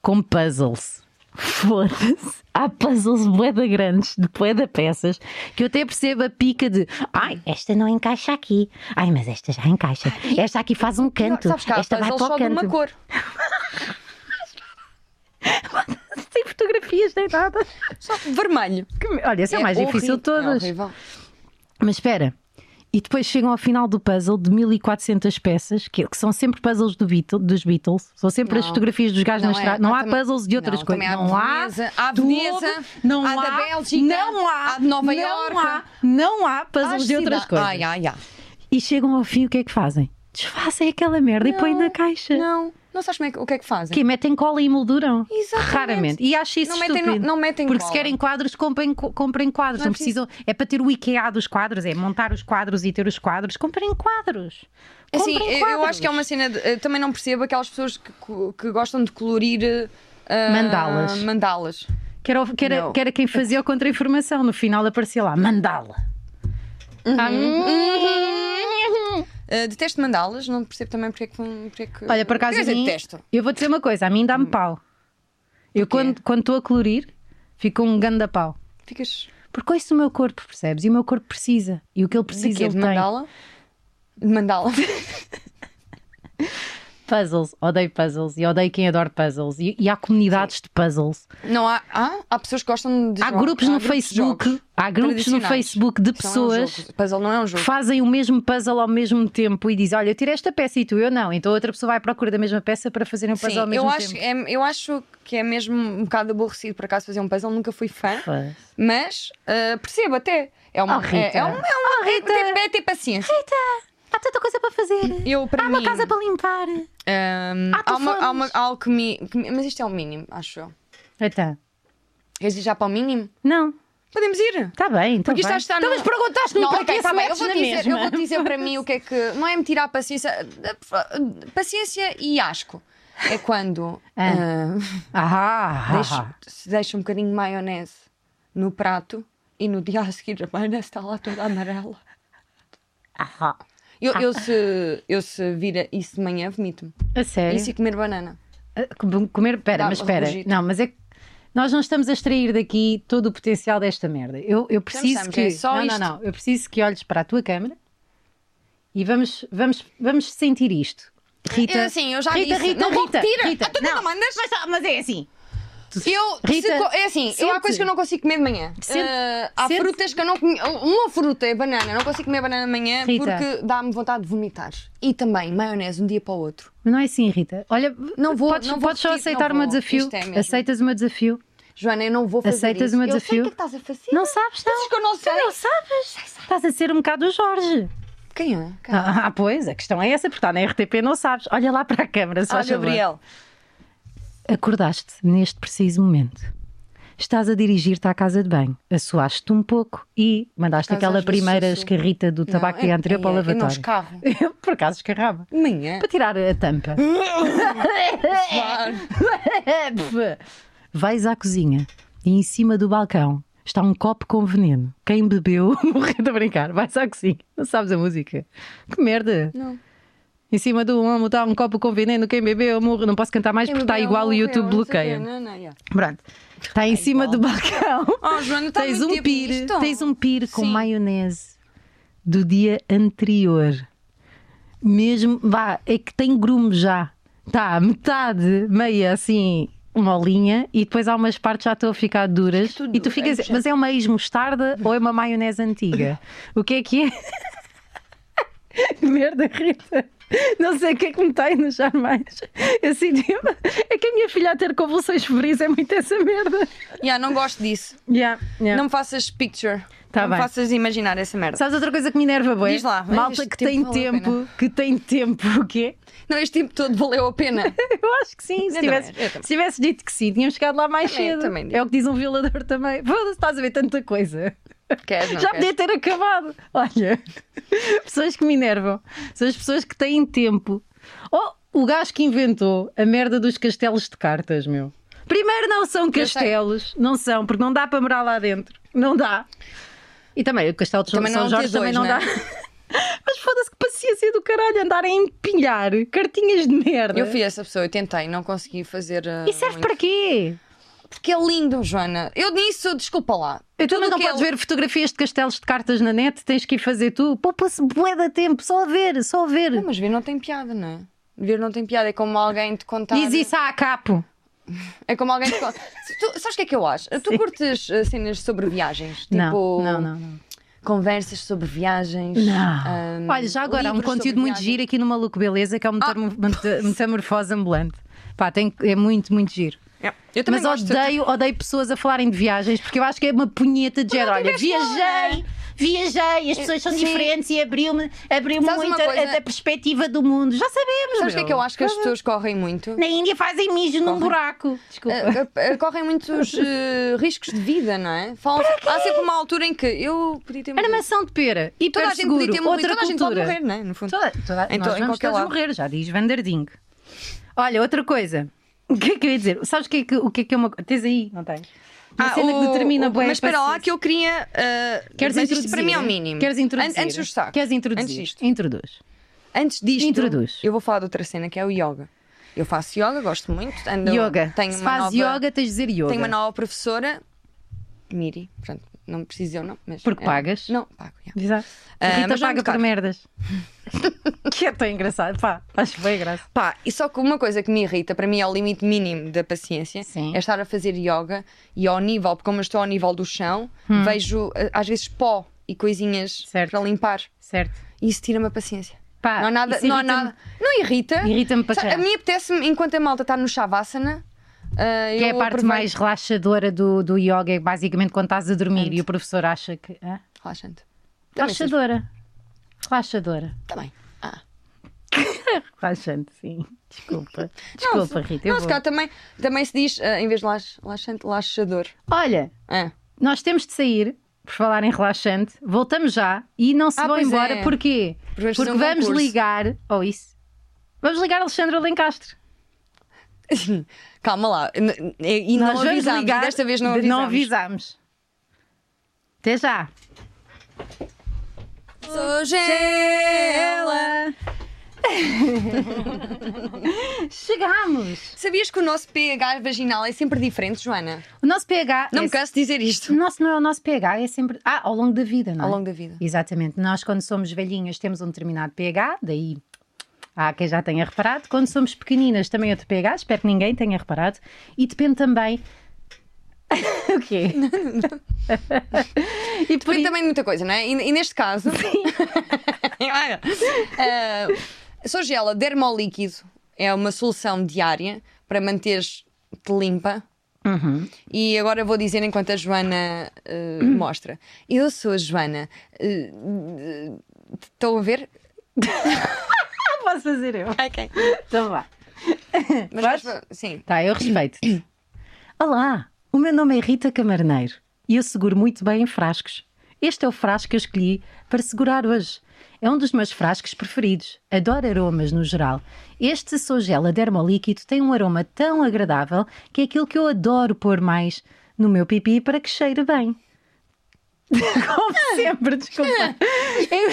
Speaker 2: com puzzles. Foda-se. Há puzzles boeda grandes, de boeda peças, que eu até percebo a pica de ai, esta não encaixa aqui. Ai, mas esta já encaixa. Esta aqui faz um canto.
Speaker 1: Sabes que há
Speaker 2: Esta vai
Speaker 1: puzzles só
Speaker 2: para o
Speaker 1: de uma
Speaker 2: canto.
Speaker 1: cor.
Speaker 2: Tem fotografias deitadas.
Speaker 1: Só de vermelho.
Speaker 2: Que- Olha, esse é o mais difícil
Speaker 1: horrível.
Speaker 2: de todas.
Speaker 1: É horrível.
Speaker 2: Mas espera. E depois chegam ao final do puzzle de 1400 peças, que, que são sempre puzzles do Beatle- dos Beatles, são sempre as
Speaker 1: Não.
Speaker 2: fotografias dos gajos na
Speaker 1: é.
Speaker 2: estrada. Não há
Speaker 1: também-
Speaker 2: puzzles de outras
Speaker 1: não,
Speaker 2: coisas.
Speaker 1: também há de
Speaker 2: Não há.
Speaker 1: Veneza, há de
Speaker 2: do-
Speaker 1: Veneza,
Speaker 2: não
Speaker 1: há
Speaker 2: há,
Speaker 1: da Bélgica,
Speaker 2: não há,
Speaker 1: há de Nova
Speaker 2: não
Speaker 1: Iorque.
Speaker 2: Há, não há
Speaker 1: Há
Speaker 2: puzzles de outras
Speaker 1: cidade-
Speaker 2: coisas.
Speaker 1: Ai, ai, ai.
Speaker 2: E chegam ao fim, o que é que fazem? Desfazem aquela merda e
Speaker 1: Não,
Speaker 2: põem na caixa.
Speaker 1: Não, não sabes como é que- o que é que fazem.
Speaker 2: Que metem cola e emolduram.
Speaker 1: Exatamente.
Speaker 2: Raramente. E acho isso
Speaker 1: Não metem-
Speaker 2: estúpido.
Speaker 1: não metem
Speaker 2: Porque
Speaker 1: cola.
Speaker 2: se querem quadros, comprem, co- comprem quadros. Não,
Speaker 1: Não é preciso.
Speaker 2: precisam. É para ter o IKEA dos quadros, é montar os quadros e ter os quadros. Comprem quadros.
Speaker 1: Assim,
Speaker 2: Comprem
Speaker 1: eu, eu
Speaker 2: quadros.
Speaker 1: acho que é uma cena. de- eu também não percebo aquelas pessoas que, co- que gostam de colorir. ah,
Speaker 2: Mandalas.
Speaker 1: Mandalas.
Speaker 2: Que era, o- que era-
Speaker 1: um- Não.
Speaker 2: que era quem fazia o contra-informação. No final aparecia lá, mandala.
Speaker 1: Uhum.
Speaker 2: Ah,
Speaker 1: Ah, detesto mandalas, não percebo também porque é que. Porque é que
Speaker 2: Olha, por acaso.
Speaker 1: Quer
Speaker 2: a
Speaker 1: dizer,
Speaker 2: mim-
Speaker 1: detesto. Hum.
Speaker 2: Eu vou dizer uma coisa, a mim dá-me pau. Eu quando quando estou a colorir, fico um ganda pau.
Speaker 1: Ficas.
Speaker 2: Porque isso o meu corpo, percebes? E o meu corpo precisa. E o que ele
Speaker 1: De
Speaker 2: precisa
Speaker 1: quê?
Speaker 2: ele
Speaker 1: De
Speaker 2: tem.
Speaker 1: mandala? De mandala.
Speaker 2: Puzzles, odeio puzzles e odeio quem adora puzzles. E, e há comunidades de puzzles.
Speaker 1: Não há, há. Há pessoas que gostam de.
Speaker 2: Há
Speaker 1: jogos.
Speaker 2: grupos no
Speaker 1: de
Speaker 2: Facebook,
Speaker 1: jogos.
Speaker 2: há grupos no
Speaker 1: tradicionais.
Speaker 2: Facebook de
Speaker 1: Isso não é um
Speaker 2: pessoas
Speaker 1: jogo. Puzzle não é um
Speaker 2: que
Speaker 1: jogo.
Speaker 2: fazem o mesmo puzzle ao mesmo tempo e dizem: Olha, eu tirei esta peça e tu eu não. Então outra pessoa vai à procura da mesma peça para fazerem o puzzle
Speaker 1: Sim,
Speaker 2: ao mesmo
Speaker 1: eu,
Speaker 2: tempo.
Speaker 1: acho, é- eu acho que é mesmo um bocado aborrecido por acaso fazer um puzzle, nunca fui fã,
Speaker 2: Faz.
Speaker 1: mas ah, percebo até. É uma.
Speaker 2: Oh, Rita.
Speaker 1: é, é uma. É uma é, tipo, é tipo a ciência.
Speaker 2: Há tanta coisa para fazer.
Speaker 1: Eu, para
Speaker 2: Há uma
Speaker 1: mim,
Speaker 2: casa para limpar.
Speaker 1: ahm,
Speaker 2: Há
Speaker 1: há, uma, há uma-
Speaker 2: telefones.
Speaker 1: há algo que me, que me- Mas isto é o mínimo, acho eu.
Speaker 2: Então,
Speaker 1: Queres ir já para o mínimo?
Speaker 2: não.
Speaker 1: Podemos ir.
Speaker 2: Está bem, então
Speaker 1: Porque isto
Speaker 2: vai.
Speaker 1: já está
Speaker 2: Então,
Speaker 1: no-
Speaker 2: mas perguntaste-me
Speaker 1: Não,
Speaker 2: para
Speaker 1: ok,
Speaker 2: que
Speaker 1: tá
Speaker 2: se
Speaker 1: bem, eu
Speaker 2: metes
Speaker 1: vou,
Speaker 2: na
Speaker 1: dizer, eu
Speaker 2: mesma.
Speaker 1: vou dizer para mim o que é que. Não é me tirar a paciência. Paciência e asco. É quando
Speaker 2: Ah.
Speaker 1: ah,
Speaker 2: Ah, ah,
Speaker 1: deixo-
Speaker 2: ah.
Speaker 1: se deixa um bocadinho de maionese no prato e no dia a seguir a maionese está lá toda amarela.
Speaker 2: Ah, ah.
Speaker 1: Eu, eu se, eu se vira isso de manhã, vomito-me.
Speaker 2: A sério?
Speaker 1: Isso e comer banana.
Speaker 2: Ah, com- Comer, pera,
Speaker 1: Dá
Speaker 2: mas
Speaker 1: um
Speaker 2: espera.
Speaker 1: regurgito.
Speaker 2: Não, mas é que nós não estamos a extrair daqui todo o potencial desta merda. Eu, eu preciso
Speaker 1: estamos,
Speaker 2: que.
Speaker 1: é só
Speaker 2: não,
Speaker 1: isto.
Speaker 2: não, não. Eu preciso que olhes para a tua câmara e vamos, vamos, vamos sentir isto. Rita,
Speaker 1: Eu, assim, eu já
Speaker 2: Rita,
Speaker 1: disse,
Speaker 2: Rita,
Speaker 1: não vou
Speaker 2: Rita,
Speaker 1: retirar.
Speaker 2: Rita,
Speaker 1: Ah, tu não mandas?
Speaker 2: Mas, tá, mas é assim.
Speaker 1: Eu,
Speaker 2: Rita,
Speaker 1: se co- é assim, eu há
Speaker 2: sente.
Speaker 1: coisas que eu não consigo comer de manhã.
Speaker 2: Sente.
Speaker 1: Ah, há
Speaker 2: Sente.
Speaker 1: frutas que eu não comi. Uma fruta é banana, não consigo comer banana de manhã
Speaker 2: Rita.
Speaker 1: porque dá-me vontade de vomitar. E também maionese um dia para o outro.
Speaker 2: Mas não é assim, Rita. Olha,
Speaker 1: Não vou-
Speaker 2: podes,
Speaker 1: não vou
Speaker 2: podes só
Speaker 1: repetir,
Speaker 2: aceitar
Speaker 1: não
Speaker 2: o meu
Speaker 1: vou.
Speaker 2: desafio.
Speaker 1: Isto é mesmo.
Speaker 2: Aceitas o meu desafio.
Speaker 1: Joana, eu não vou fazer
Speaker 2: Aceitas
Speaker 1: isso.
Speaker 2: o meu
Speaker 1: Eu sei
Speaker 2: desafio?
Speaker 1: o que é que estás a fazer.
Speaker 2: Não sabes, não?
Speaker 1: Dizes que eu não sei.
Speaker 2: Tu não sabes? Estás a ser um bocado o Jorge.
Speaker 1: Quem é? Quem é?
Speaker 2: Ah, pois, a questão é essa, porque está na RTP, não sabes. Olha lá para a câmara, só
Speaker 1: Olha, Gabriel.
Speaker 2: Acordaste neste preciso momento. Estás a dirigir-te à casa de banho, assoaste-te um pouco e mandaste
Speaker 1: Por acaso,
Speaker 2: aquela
Speaker 1: às vezes
Speaker 2: primeira
Speaker 1: sou-
Speaker 2: escarrita do tabaco
Speaker 1: Não,
Speaker 2: que
Speaker 1: é-
Speaker 2: ia anterior para o
Speaker 1: é- Eu não
Speaker 2: lavatório.
Speaker 1: escarro.
Speaker 2: Eu, por acaso, escarrava.
Speaker 1: Manhã.
Speaker 2: Para tirar a tampa. Vais à cozinha e em cima do balcão está um copo com veneno. Quem bebeu morreu a brincar. Vais à cozinha, não sabes a música. Que merda!
Speaker 1: Não.
Speaker 2: Em cima do ombro está um copo com veneno. Quem bebeu morreu. Não posso cantar mais
Speaker 1: Quem
Speaker 2: porque está
Speaker 1: bebeu,
Speaker 2: igual o
Speaker 1: morreu,
Speaker 2: YouTube
Speaker 1: não sei o quê.
Speaker 2: bloqueia.
Speaker 1: Não, não, yeah.
Speaker 2: Pronto, está em cima do balcão.
Speaker 1: Oh, Joana, está
Speaker 2: tens
Speaker 1: muito
Speaker 2: um
Speaker 1: tempo
Speaker 2: pire,
Speaker 1: nisto.
Speaker 2: tens um pire com
Speaker 1: Sim.
Speaker 2: maionese do dia anterior. Mesmo, vá, é que tem grume já. Tá, metade, meia assim, molinha, e depois há umas partes já estão a ficar duras.
Speaker 1: Isto é tudo
Speaker 2: e tu
Speaker 1: duro,
Speaker 2: ficas,
Speaker 1: é, já.
Speaker 2: mas é uma ex-mostarda ou é uma maionese antiga? O que é que é? Que merda, Rita. Não sei o que é que me está a enojar mais. Assim, tipo, é que a minha filha a ter convulsões febris é muito essa merda.
Speaker 1: Yeah, não gosto disso.
Speaker 2: Yeah, yeah.
Speaker 1: Não me faças picture.
Speaker 2: Tá
Speaker 1: não me
Speaker 2: bem.
Speaker 1: faças imaginar essa merda.
Speaker 2: Sabes outra coisa que me enerva, boi?
Speaker 1: Diz lá,
Speaker 2: Malta
Speaker 1: este
Speaker 2: que
Speaker 1: tempo
Speaker 2: tem
Speaker 1: valeu a
Speaker 2: tempo,
Speaker 1: pena.
Speaker 2: que tem tempo, o quê?
Speaker 1: Não, este tempo todo valeu a pena.
Speaker 2: Eu acho que sim. Se
Speaker 1: Eu
Speaker 2: tivesse,
Speaker 1: também, eu também.
Speaker 2: se tivesse dito que sim, tínhamos chegado lá mais
Speaker 1: Também,
Speaker 2: cedo.
Speaker 1: também digo.
Speaker 2: é o que diz um violador também. Foda-se, estás a ver tanta coisa.
Speaker 1: Queres, não é
Speaker 2: Já
Speaker 1: queres?
Speaker 2: podia ter acabado. Olha, pessoas que me enervam são as pessoas que têm tempo. Ou o gajo que inventou a merda dos castelos de cartas, meu. Primeiro, não são
Speaker 1: sei.
Speaker 2: castelos, não são, porque não dá para morar lá dentro. Não dá. E também o castelo de São
Speaker 1: Também não é um
Speaker 2: Jorge
Speaker 1: T2,
Speaker 2: também não
Speaker 1: né?
Speaker 2: dá. Mas foda-se que paciência do caralho andar a empilhar cartinhas de merda.
Speaker 1: Eu fui essa pessoa, eu tentei, não consegui fazer. uh,
Speaker 2: E serve
Speaker 1: muito.
Speaker 2: para quê?
Speaker 1: Porque é lindo, Joana. Eu nisso, desculpa lá.
Speaker 2: Eu também
Speaker 1: Tudo
Speaker 2: não
Speaker 1: que é
Speaker 2: podes ver fotografias de castelos de cartas na net, tens que ir fazer tu. Poupa-se bué de tempo, só a ver, só a ver.
Speaker 1: Não, mas ver não tem piada, não é? Ver não tem piada, é como alguém te contar.
Speaker 2: Diz isso à capo.
Speaker 1: É como alguém te conta. Se tu- Sabes o que é que eu acho? Tu curtes uh, cenas sobre viagens? Tipo,
Speaker 2: não, não, não, não.
Speaker 1: conversas sobre viagens. ahm,
Speaker 2: Olha, já agora há um
Speaker 1: livros sobre Ah!
Speaker 2: conteúdo muito
Speaker 1: viagens.
Speaker 2: giro aqui no Maluco Beleza, que é o metamor- meta- Metamorfose Ambulante. Pá, tem, é muito, muito giro.
Speaker 1: Yeah. Eu também
Speaker 2: Mas
Speaker 1: gosto.
Speaker 2: odeio, odeio pessoas a falarem de viagens, porque eu acho que é uma punheta de género. Olha,
Speaker 1: tiveste lá,
Speaker 2: viajei, viajei, as pessoas são
Speaker 1: sim.
Speaker 2: diferentes e abriu-me abriu
Speaker 1: Sabes uma
Speaker 2: muito a,
Speaker 1: coisa?
Speaker 2: a- a perspectiva do mundo. Já sabemos.
Speaker 1: Sabes o que é
Speaker 2: meu.
Speaker 1: que eu acho que as pessoas correm muito?
Speaker 2: Na Índia fazem mijo num buraco. Desculpa.
Speaker 1: Ah, ah, ah, correm muitos eh, riscos de vida, não é? Falam, há sempre uma altura em que eu podia ter
Speaker 2: Era
Speaker 1: morrido.
Speaker 2: maçã Ah, de pera,
Speaker 1: Toda
Speaker 2: hiper
Speaker 1: a gente podia
Speaker 2: seguro,
Speaker 1: ter morrido.
Speaker 2: outra
Speaker 1: Toda a gente pode
Speaker 2: cultura.
Speaker 1: morrer, não é? No fundo.
Speaker 2: Toda, toda,
Speaker 1: Em to-
Speaker 2: nós
Speaker 1: em
Speaker 2: vamos
Speaker 1: qualquer
Speaker 2: todos
Speaker 1: lado.
Speaker 2: morrer, já diz Vanderding. Olha, outra coisa. O que é que eu ia dizer? Sabes o que é que, o que, é, que é uma coisa? Tens aí, não tens? Uma
Speaker 1: Ah,
Speaker 2: cena que
Speaker 1: o-
Speaker 2: determina
Speaker 1: o-
Speaker 2: bué a
Speaker 1: Mas espera lá
Speaker 2: paciência.
Speaker 1: que eu queria. ah,
Speaker 2: Queres
Speaker 1: mas
Speaker 2: introduzir?
Speaker 1: isto para mim é o mínimo.
Speaker 2: Queres introduzir?
Speaker 1: An- antes dos sacos.
Speaker 2: Queres introduzir?
Speaker 1: Antes disto.
Speaker 2: Introduz.
Speaker 1: Antes disto,
Speaker 2: Introduz.
Speaker 1: eu vou falar de outra cena que é o yoga. Eu faço yoga, gosto muito. Ando,
Speaker 2: yoga.
Speaker 1: Tenho
Speaker 2: Se
Speaker 1: uma
Speaker 2: faz
Speaker 1: nova,
Speaker 2: yoga, tens de dizer yoga.
Speaker 1: Tenho uma nova professora, Miri. Pronto, não preciso eu, não. Mas,
Speaker 2: Porque
Speaker 1: é,
Speaker 2: pagas.
Speaker 1: Não, pago. yeah.
Speaker 2: Exato.
Speaker 1: Ah,
Speaker 2: A Rita
Speaker 1: mas vai
Speaker 2: paga
Speaker 1: tocar.
Speaker 2: por merdas. que é tão engraçado. Pá, acho que foi graça.
Speaker 1: Pá, e só que uma coisa que me irrita, para mim é o limite mínimo da paciência,
Speaker 2: Sim.
Speaker 1: é estar a fazer yoga e ao nível, porque como eu estou ao nível do chão, vejo eh, às vezes pó e coisinhas
Speaker 2: Hum. Certo.
Speaker 1: para limpar.
Speaker 2: Certo.
Speaker 1: E isso tira-me a paciência.
Speaker 2: Pá,
Speaker 1: não há nada,
Speaker 2: isso é
Speaker 1: não há
Speaker 2: irrita-me.
Speaker 1: nada. Não irrita.
Speaker 2: Irrita-me para
Speaker 1: Sabe, A
Speaker 2: caralho.
Speaker 1: mim apetece-me, enquanto a malta está no Shavasana, eh,
Speaker 2: Que é a
Speaker 1: eu
Speaker 2: parte
Speaker 1: aproveito-
Speaker 2: mais relaxadora do, do yoga, é basicamente quando estás a dormir e o professor acha que. hã?
Speaker 1: relaxante. Também sim.
Speaker 2: Relaxadora. Relaxadora.
Speaker 1: Também. Ah.
Speaker 2: Relaxante, sim. Desculpa.
Speaker 1: Não,
Speaker 2: Desculpa,
Speaker 1: se-
Speaker 2: Rita. eu
Speaker 1: Não, se
Speaker 2: vou.
Speaker 1: calhar também, também se diz, eh, em vez de lax- laxante, laxador.
Speaker 2: Olha,
Speaker 1: Ah.
Speaker 2: nós temos de sair, por falar em relaxante, voltamos já e não se
Speaker 1: Ah,
Speaker 2: vão
Speaker 1: pois
Speaker 2: embora.
Speaker 1: é.
Speaker 2: Porquê?
Speaker 1: Porque vamos fazer
Speaker 2: Porque
Speaker 1: um
Speaker 2: vamos
Speaker 1: concurso.
Speaker 2: ligar. Ou isso. Vamos ligar a Alexandra Lencastre.
Speaker 1: Calma lá. N- E não
Speaker 2: Nós vamos
Speaker 1: avisámos, e
Speaker 2: ligar.
Speaker 1: desta vez não
Speaker 2: de-
Speaker 1: avisámos.
Speaker 2: avisámos. Até já.
Speaker 1: Hoje ela.
Speaker 2: Chegámos.
Speaker 1: Sabias que o nosso pH vaginal é sempre diferente, Joana?
Speaker 2: O nosso pH.
Speaker 1: Não
Speaker 2: é
Speaker 1: me canso de dizer isto.
Speaker 2: O nosso não é o nosso pH, é sempre. Ah, ao longo da vida, não é?
Speaker 1: Ao longo da vida.
Speaker 2: Exatamente. Nós, quando somos velhinhas, temos um determinado pH, daí há quem já tenha reparado. Quando somos pequeninas, também outro pH, espero que ninguém tenha reparado. E depende também. o quê? e por
Speaker 1: Depende
Speaker 2: isso-
Speaker 1: também de muita coisa, não é? E, e neste caso. Olha, ah, sou gela dermolíquido. É uma solução diária para manteres-te limpa
Speaker 2: Uhum.
Speaker 1: E agora vou dizer enquanto a Joana eh, mostra. Eu sou a Joana. eh, eh, Estão a ver?
Speaker 2: Não posso fazer eu.
Speaker 1: Ok.
Speaker 2: Então vá.
Speaker 1: Mas, mas, sim.
Speaker 2: Tá, eu respeito. Olá, o meu nome é Rita Camarneiro e eu seguro muito bem em frascos. Este é o frasco que eu escolhi para segurar hoje. É um dos meus frascos preferidos. Adoro aromas no geral. Este Sogela Dermolíquido tem um aroma tão agradável que é aquilo que eu adoro pôr mais no meu pipi para que cheire bem. Como sempre, desculpa.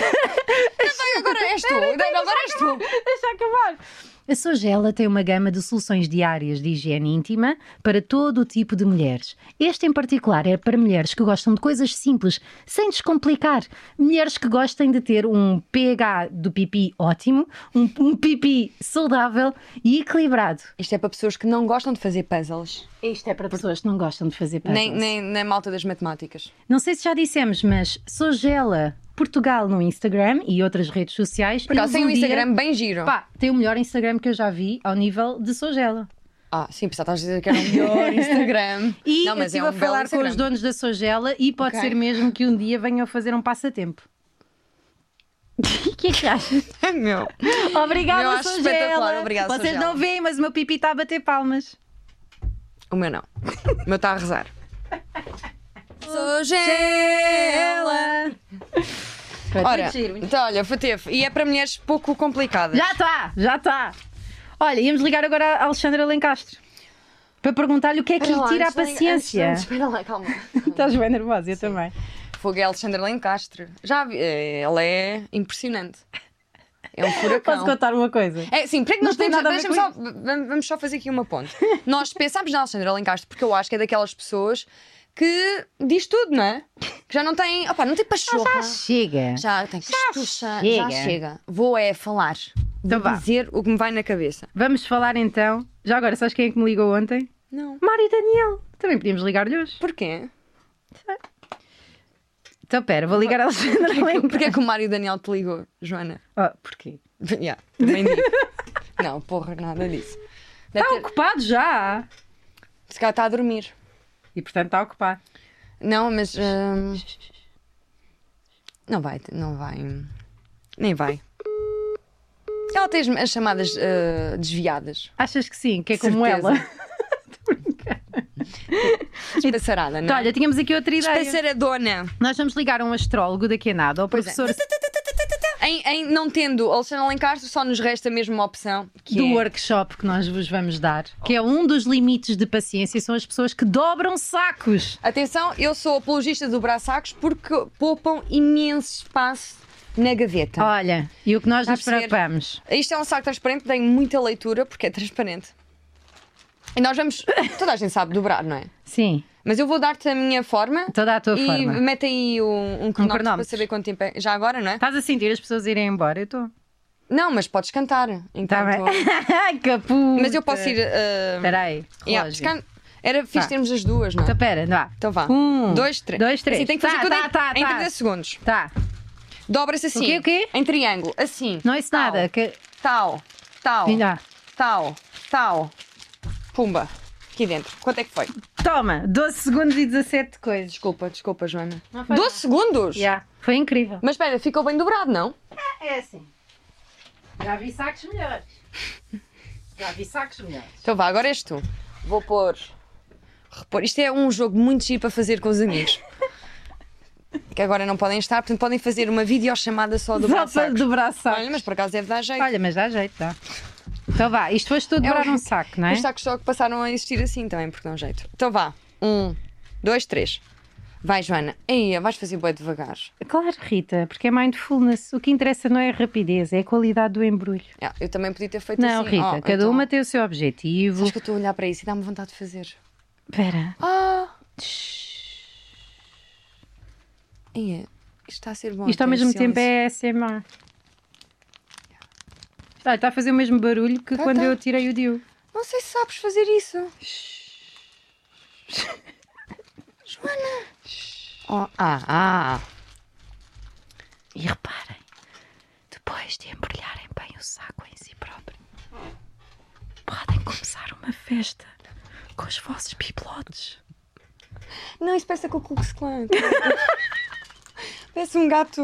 Speaker 1: Vai, agora és tu. Agora és tu.
Speaker 2: Deixa acabar. A Sogela tem uma gama de soluções diárias de higiene íntima para todo o tipo de mulheres. Este em particular é para mulheres que gostam de coisas simples, sem descomplicar. Mulheres que gostem de ter um pH do pipi ótimo, um, um pipi saudável e equilibrado.
Speaker 1: Isto é para pessoas que não gostam de fazer puzzles,
Speaker 2: Isto é para pessoas que não gostam de fazer puzzles.
Speaker 1: Nem, nem na malta das matemáticas.
Speaker 2: Não sei se já dissemos, mas Sogela Portugal no Instagram e outras redes sociais.
Speaker 1: Porque elas
Speaker 2: Eles
Speaker 1: têm um
Speaker 2: dia-
Speaker 1: Instagram bem giro.
Speaker 2: Pá, tem o melhor Instagram que eu já vi ao nível de Sogela.
Speaker 1: Ah, sim, pessoal, estás a dizer que era o melhor Instagram.
Speaker 2: E
Speaker 1: não,
Speaker 2: eu
Speaker 1: mas
Speaker 2: estive
Speaker 1: é um
Speaker 2: a falar
Speaker 1: belo
Speaker 2: com os
Speaker 1: Instagram.
Speaker 2: donos da Sogela e pode
Speaker 1: Ok.
Speaker 2: ser mesmo que um dia venham fazer um passatempo. O que é que achas?
Speaker 1: Ai, meu. Eu
Speaker 2: Obrigada,
Speaker 1: acho espetacular.
Speaker 2: Sogela!
Speaker 1: Obrigada,
Speaker 2: Vocês
Speaker 1: Sogela.
Speaker 2: não veem, mas o meu pipi está a bater palmas.
Speaker 1: O meu não. O meu está a rezar. Sou gela. Ora, então, olha, Fatef, e é para mulheres pouco complicadas.
Speaker 2: Já está, já está. Olha, íamos ligar agora a Alexandra Lencastre para perguntar-lhe o que é que
Speaker 1: Espera
Speaker 2: lhe
Speaker 1: lá,
Speaker 2: tira a
Speaker 1: antes de-
Speaker 2: paciência.
Speaker 1: antes de- Espera lá, calma.
Speaker 2: Estás bem nervosa, eu também.
Speaker 1: Fogo é Alexandra Lencastre. Já vi, é, ela é impressionante. É um
Speaker 2: Posso
Speaker 1: furacão.
Speaker 2: contar uma coisa?
Speaker 1: É, sim, para que nós
Speaker 2: Não tem
Speaker 1: temos.
Speaker 2: nada a ver
Speaker 1: deixa-me só- vam- vamos só fazer aqui uma ponte. Nós pensámos na Alexandra Lencastre porque eu acho que é daquelas pessoas que diz tudo, não é? Que já não tem. Opa, não tem pachorra.
Speaker 2: Ah, Chega.
Speaker 1: Já tem que estuchar. Já
Speaker 2: chega.
Speaker 1: chega. Vou é falar.
Speaker 2: Então
Speaker 1: Vou
Speaker 2: vá.
Speaker 1: dizer o que me vai na cabeça.
Speaker 2: Vamos falar então. Já agora, sabes quem é que me ligou ontem?
Speaker 1: Não.
Speaker 2: Mário Daniel. Também podíamos ligar-lhe hoje.
Speaker 1: Porquê?
Speaker 2: Então, pera, vou ligar a Alexandra Lencastre.
Speaker 1: Porquê que o Mário Daniel te ligou, Joana?
Speaker 2: Oh, porquê?
Speaker 1: Yeah, também digo. não, porra, nada disso. Deve
Speaker 2: Está
Speaker 1: ter-
Speaker 2: tá ocupado já.
Speaker 1: Se calhar está a dormir.
Speaker 2: E portanto
Speaker 1: tá
Speaker 2: está ocupado.
Speaker 1: Não, mas. hum, Não vai, não vai. Nem vai. Ela tem as, as chamadas ah, desviadas.
Speaker 2: Achas que sim? Que é como
Speaker 1: Certeza.
Speaker 2: ela? Estou a brincar.
Speaker 1: Despassarada,
Speaker 2: Então,
Speaker 1: não é?
Speaker 2: olha, tínhamos aqui outra ideia.
Speaker 1: Despassaradona.
Speaker 2: Nós vamos ligar a um astrólogo daqui a nada, ao
Speaker 1: Pois é.
Speaker 2: professor
Speaker 1: Em, em não tendo Alexandre Alencastro, só nos resta mesmo uma opção. Que
Speaker 2: do
Speaker 1: é...
Speaker 2: workshop que nós vos vamos dar, que é um dos limites de paciência, são as pessoas que dobram sacos.
Speaker 1: Atenção, eu sou apologista do braçacos porque poupam imenso espaço na gaveta.
Speaker 2: Olha, e o que nós
Speaker 1: Está Tá. a
Speaker 2: nos
Speaker 1: perceber?
Speaker 2: preocupamos?
Speaker 1: Isto é um saco transparente, tem muita leitura porque é transparente. E nós vamos. Toda a gente sabe dobrar, não é?
Speaker 2: Sim,
Speaker 1: Mas eu vou dar-te a minha forma.
Speaker 2: toda a tua
Speaker 1: e
Speaker 2: forma.
Speaker 1: mete aí um, um cronómetro para
Speaker 2: cronómetro. Tá.
Speaker 1: saber quanto tempo é. Já agora, não é?
Speaker 2: Estás a sentir as pessoas irem embora? Eu estou.
Speaker 1: Não, mas podes cantar.
Speaker 2: Está
Speaker 1: enquanto-
Speaker 2: Tá bem. Caputa.
Speaker 1: Tá Mas eu posso ir. ah,
Speaker 2: Espera aí.
Speaker 1: yeah,
Speaker 2: relógio.
Speaker 1: can- Era fixe
Speaker 2: Vá.
Speaker 1: termos as duas, não é?
Speaker 2: Então, pera, vá.
Speaker 1: Então vá.
Speaker 2: Um,
Speaker 1: dois, três.
Speaker 2: dois, três.
Speaker 1: Assim, tem que fazer
Speaker 2: Tá,
Speaker 1: tudo
Speaker 2: tá,
Speaker 1: em,
Speaker 2: tá,
Speaker 1: em
Speaker 2: tá.
Speaker 1: 30 segundos.
Speaker 2: Tá.
Speaker 1: Dobra-se assim.
Speaker 2: O quê, o quê?
Speaker 1: Em triângulo. Assim.
Speaker 2: Não é isso
Speaker 1: Tal,
Speaker 2: nada. Que...
Speaker 1: Tal, tal,
Speaker 2: Vinha.
Speaker 1: tal, tal. Pumba. Aqui dentro. Quanto é que foi?
Speaker 2: Toma, 12 segundos e 17 coisas.
Speaker 1: Desculpa, desculpa, Joana.
Speaker 2: Não faz
Speaker 1: 12 segundos?
Speaker 2: Já. Foi incrível.
Speaker 1: Mas espera, ficou bem dobrado, não?
Speaker 2: É assim. Já vi sacos melhores. Já vi sacos melhores.
Speaker 1: Então vá, agora és tu. Vou pôr. Repor. Isto é um jogo muito giro para fazer com os amigos. que agora não podem estar, portanto podem fazer uma videochamada só do
Speaker 2: Só para
Speaker 1: braço.
Speaker 2: dobrar sacos.
Speaker 1: Olha, mas por acaso deve dar jeito.
Speaker 2: Olha, mas dá jeito, dá. Então vá, isto foste tu dobrar
Speaker 1: o-
Speaker 2: um saco, não é?
Speaker 1: Os sacos só que passaram a existir assim também, porque dão jeito. Então vá. Um, dois, três. Vai, Joana. Aí, vais fazer boi devagar.
Speaker 2: Claro, Rita, porque é mindfulness. O que interessa não é a rapidez, é a qualidade do embrulho.
Speaker 1: Ah, eu também podia ter feito
Speaker 2: Não,
Speaker 1: assim.
Speaker 2: Rita,
Speaker 1: Oh,
Speaker 2: cada
Speaker 1: então-
Speaker 2: uma tem o seu objetivo.
Speaker 1: Sabes que eu estou a olhar para isso e dá-me vontade de fazer.
Speaker 2: Espera.
Speaker 1: Ah! Ia, isto está a ser bom.
Speaker 2: Isto ao
Speaker 1: até,
Speaker 2: mesmo
Speaker 1: silêncio.
Speaker 2: tempo é ASMR. Está, está Tá, a fazer o mesmo barulho que
Speaker 1: Tá,
Speaker 2: quando
Speaker 1: tá.
Speaker 2: eu tirei o Dio.
Speaker 1: Não sei se sabes fazer isso. Joana! Oh, ah, ah!
Speaker 2: E reparem, depois de embrulharem bem o saco em si próprio, podem começar uma festa com os vossos bibelotes.
Speaker 1: Não, isso parece a Ku Klux Klan. parece um gato.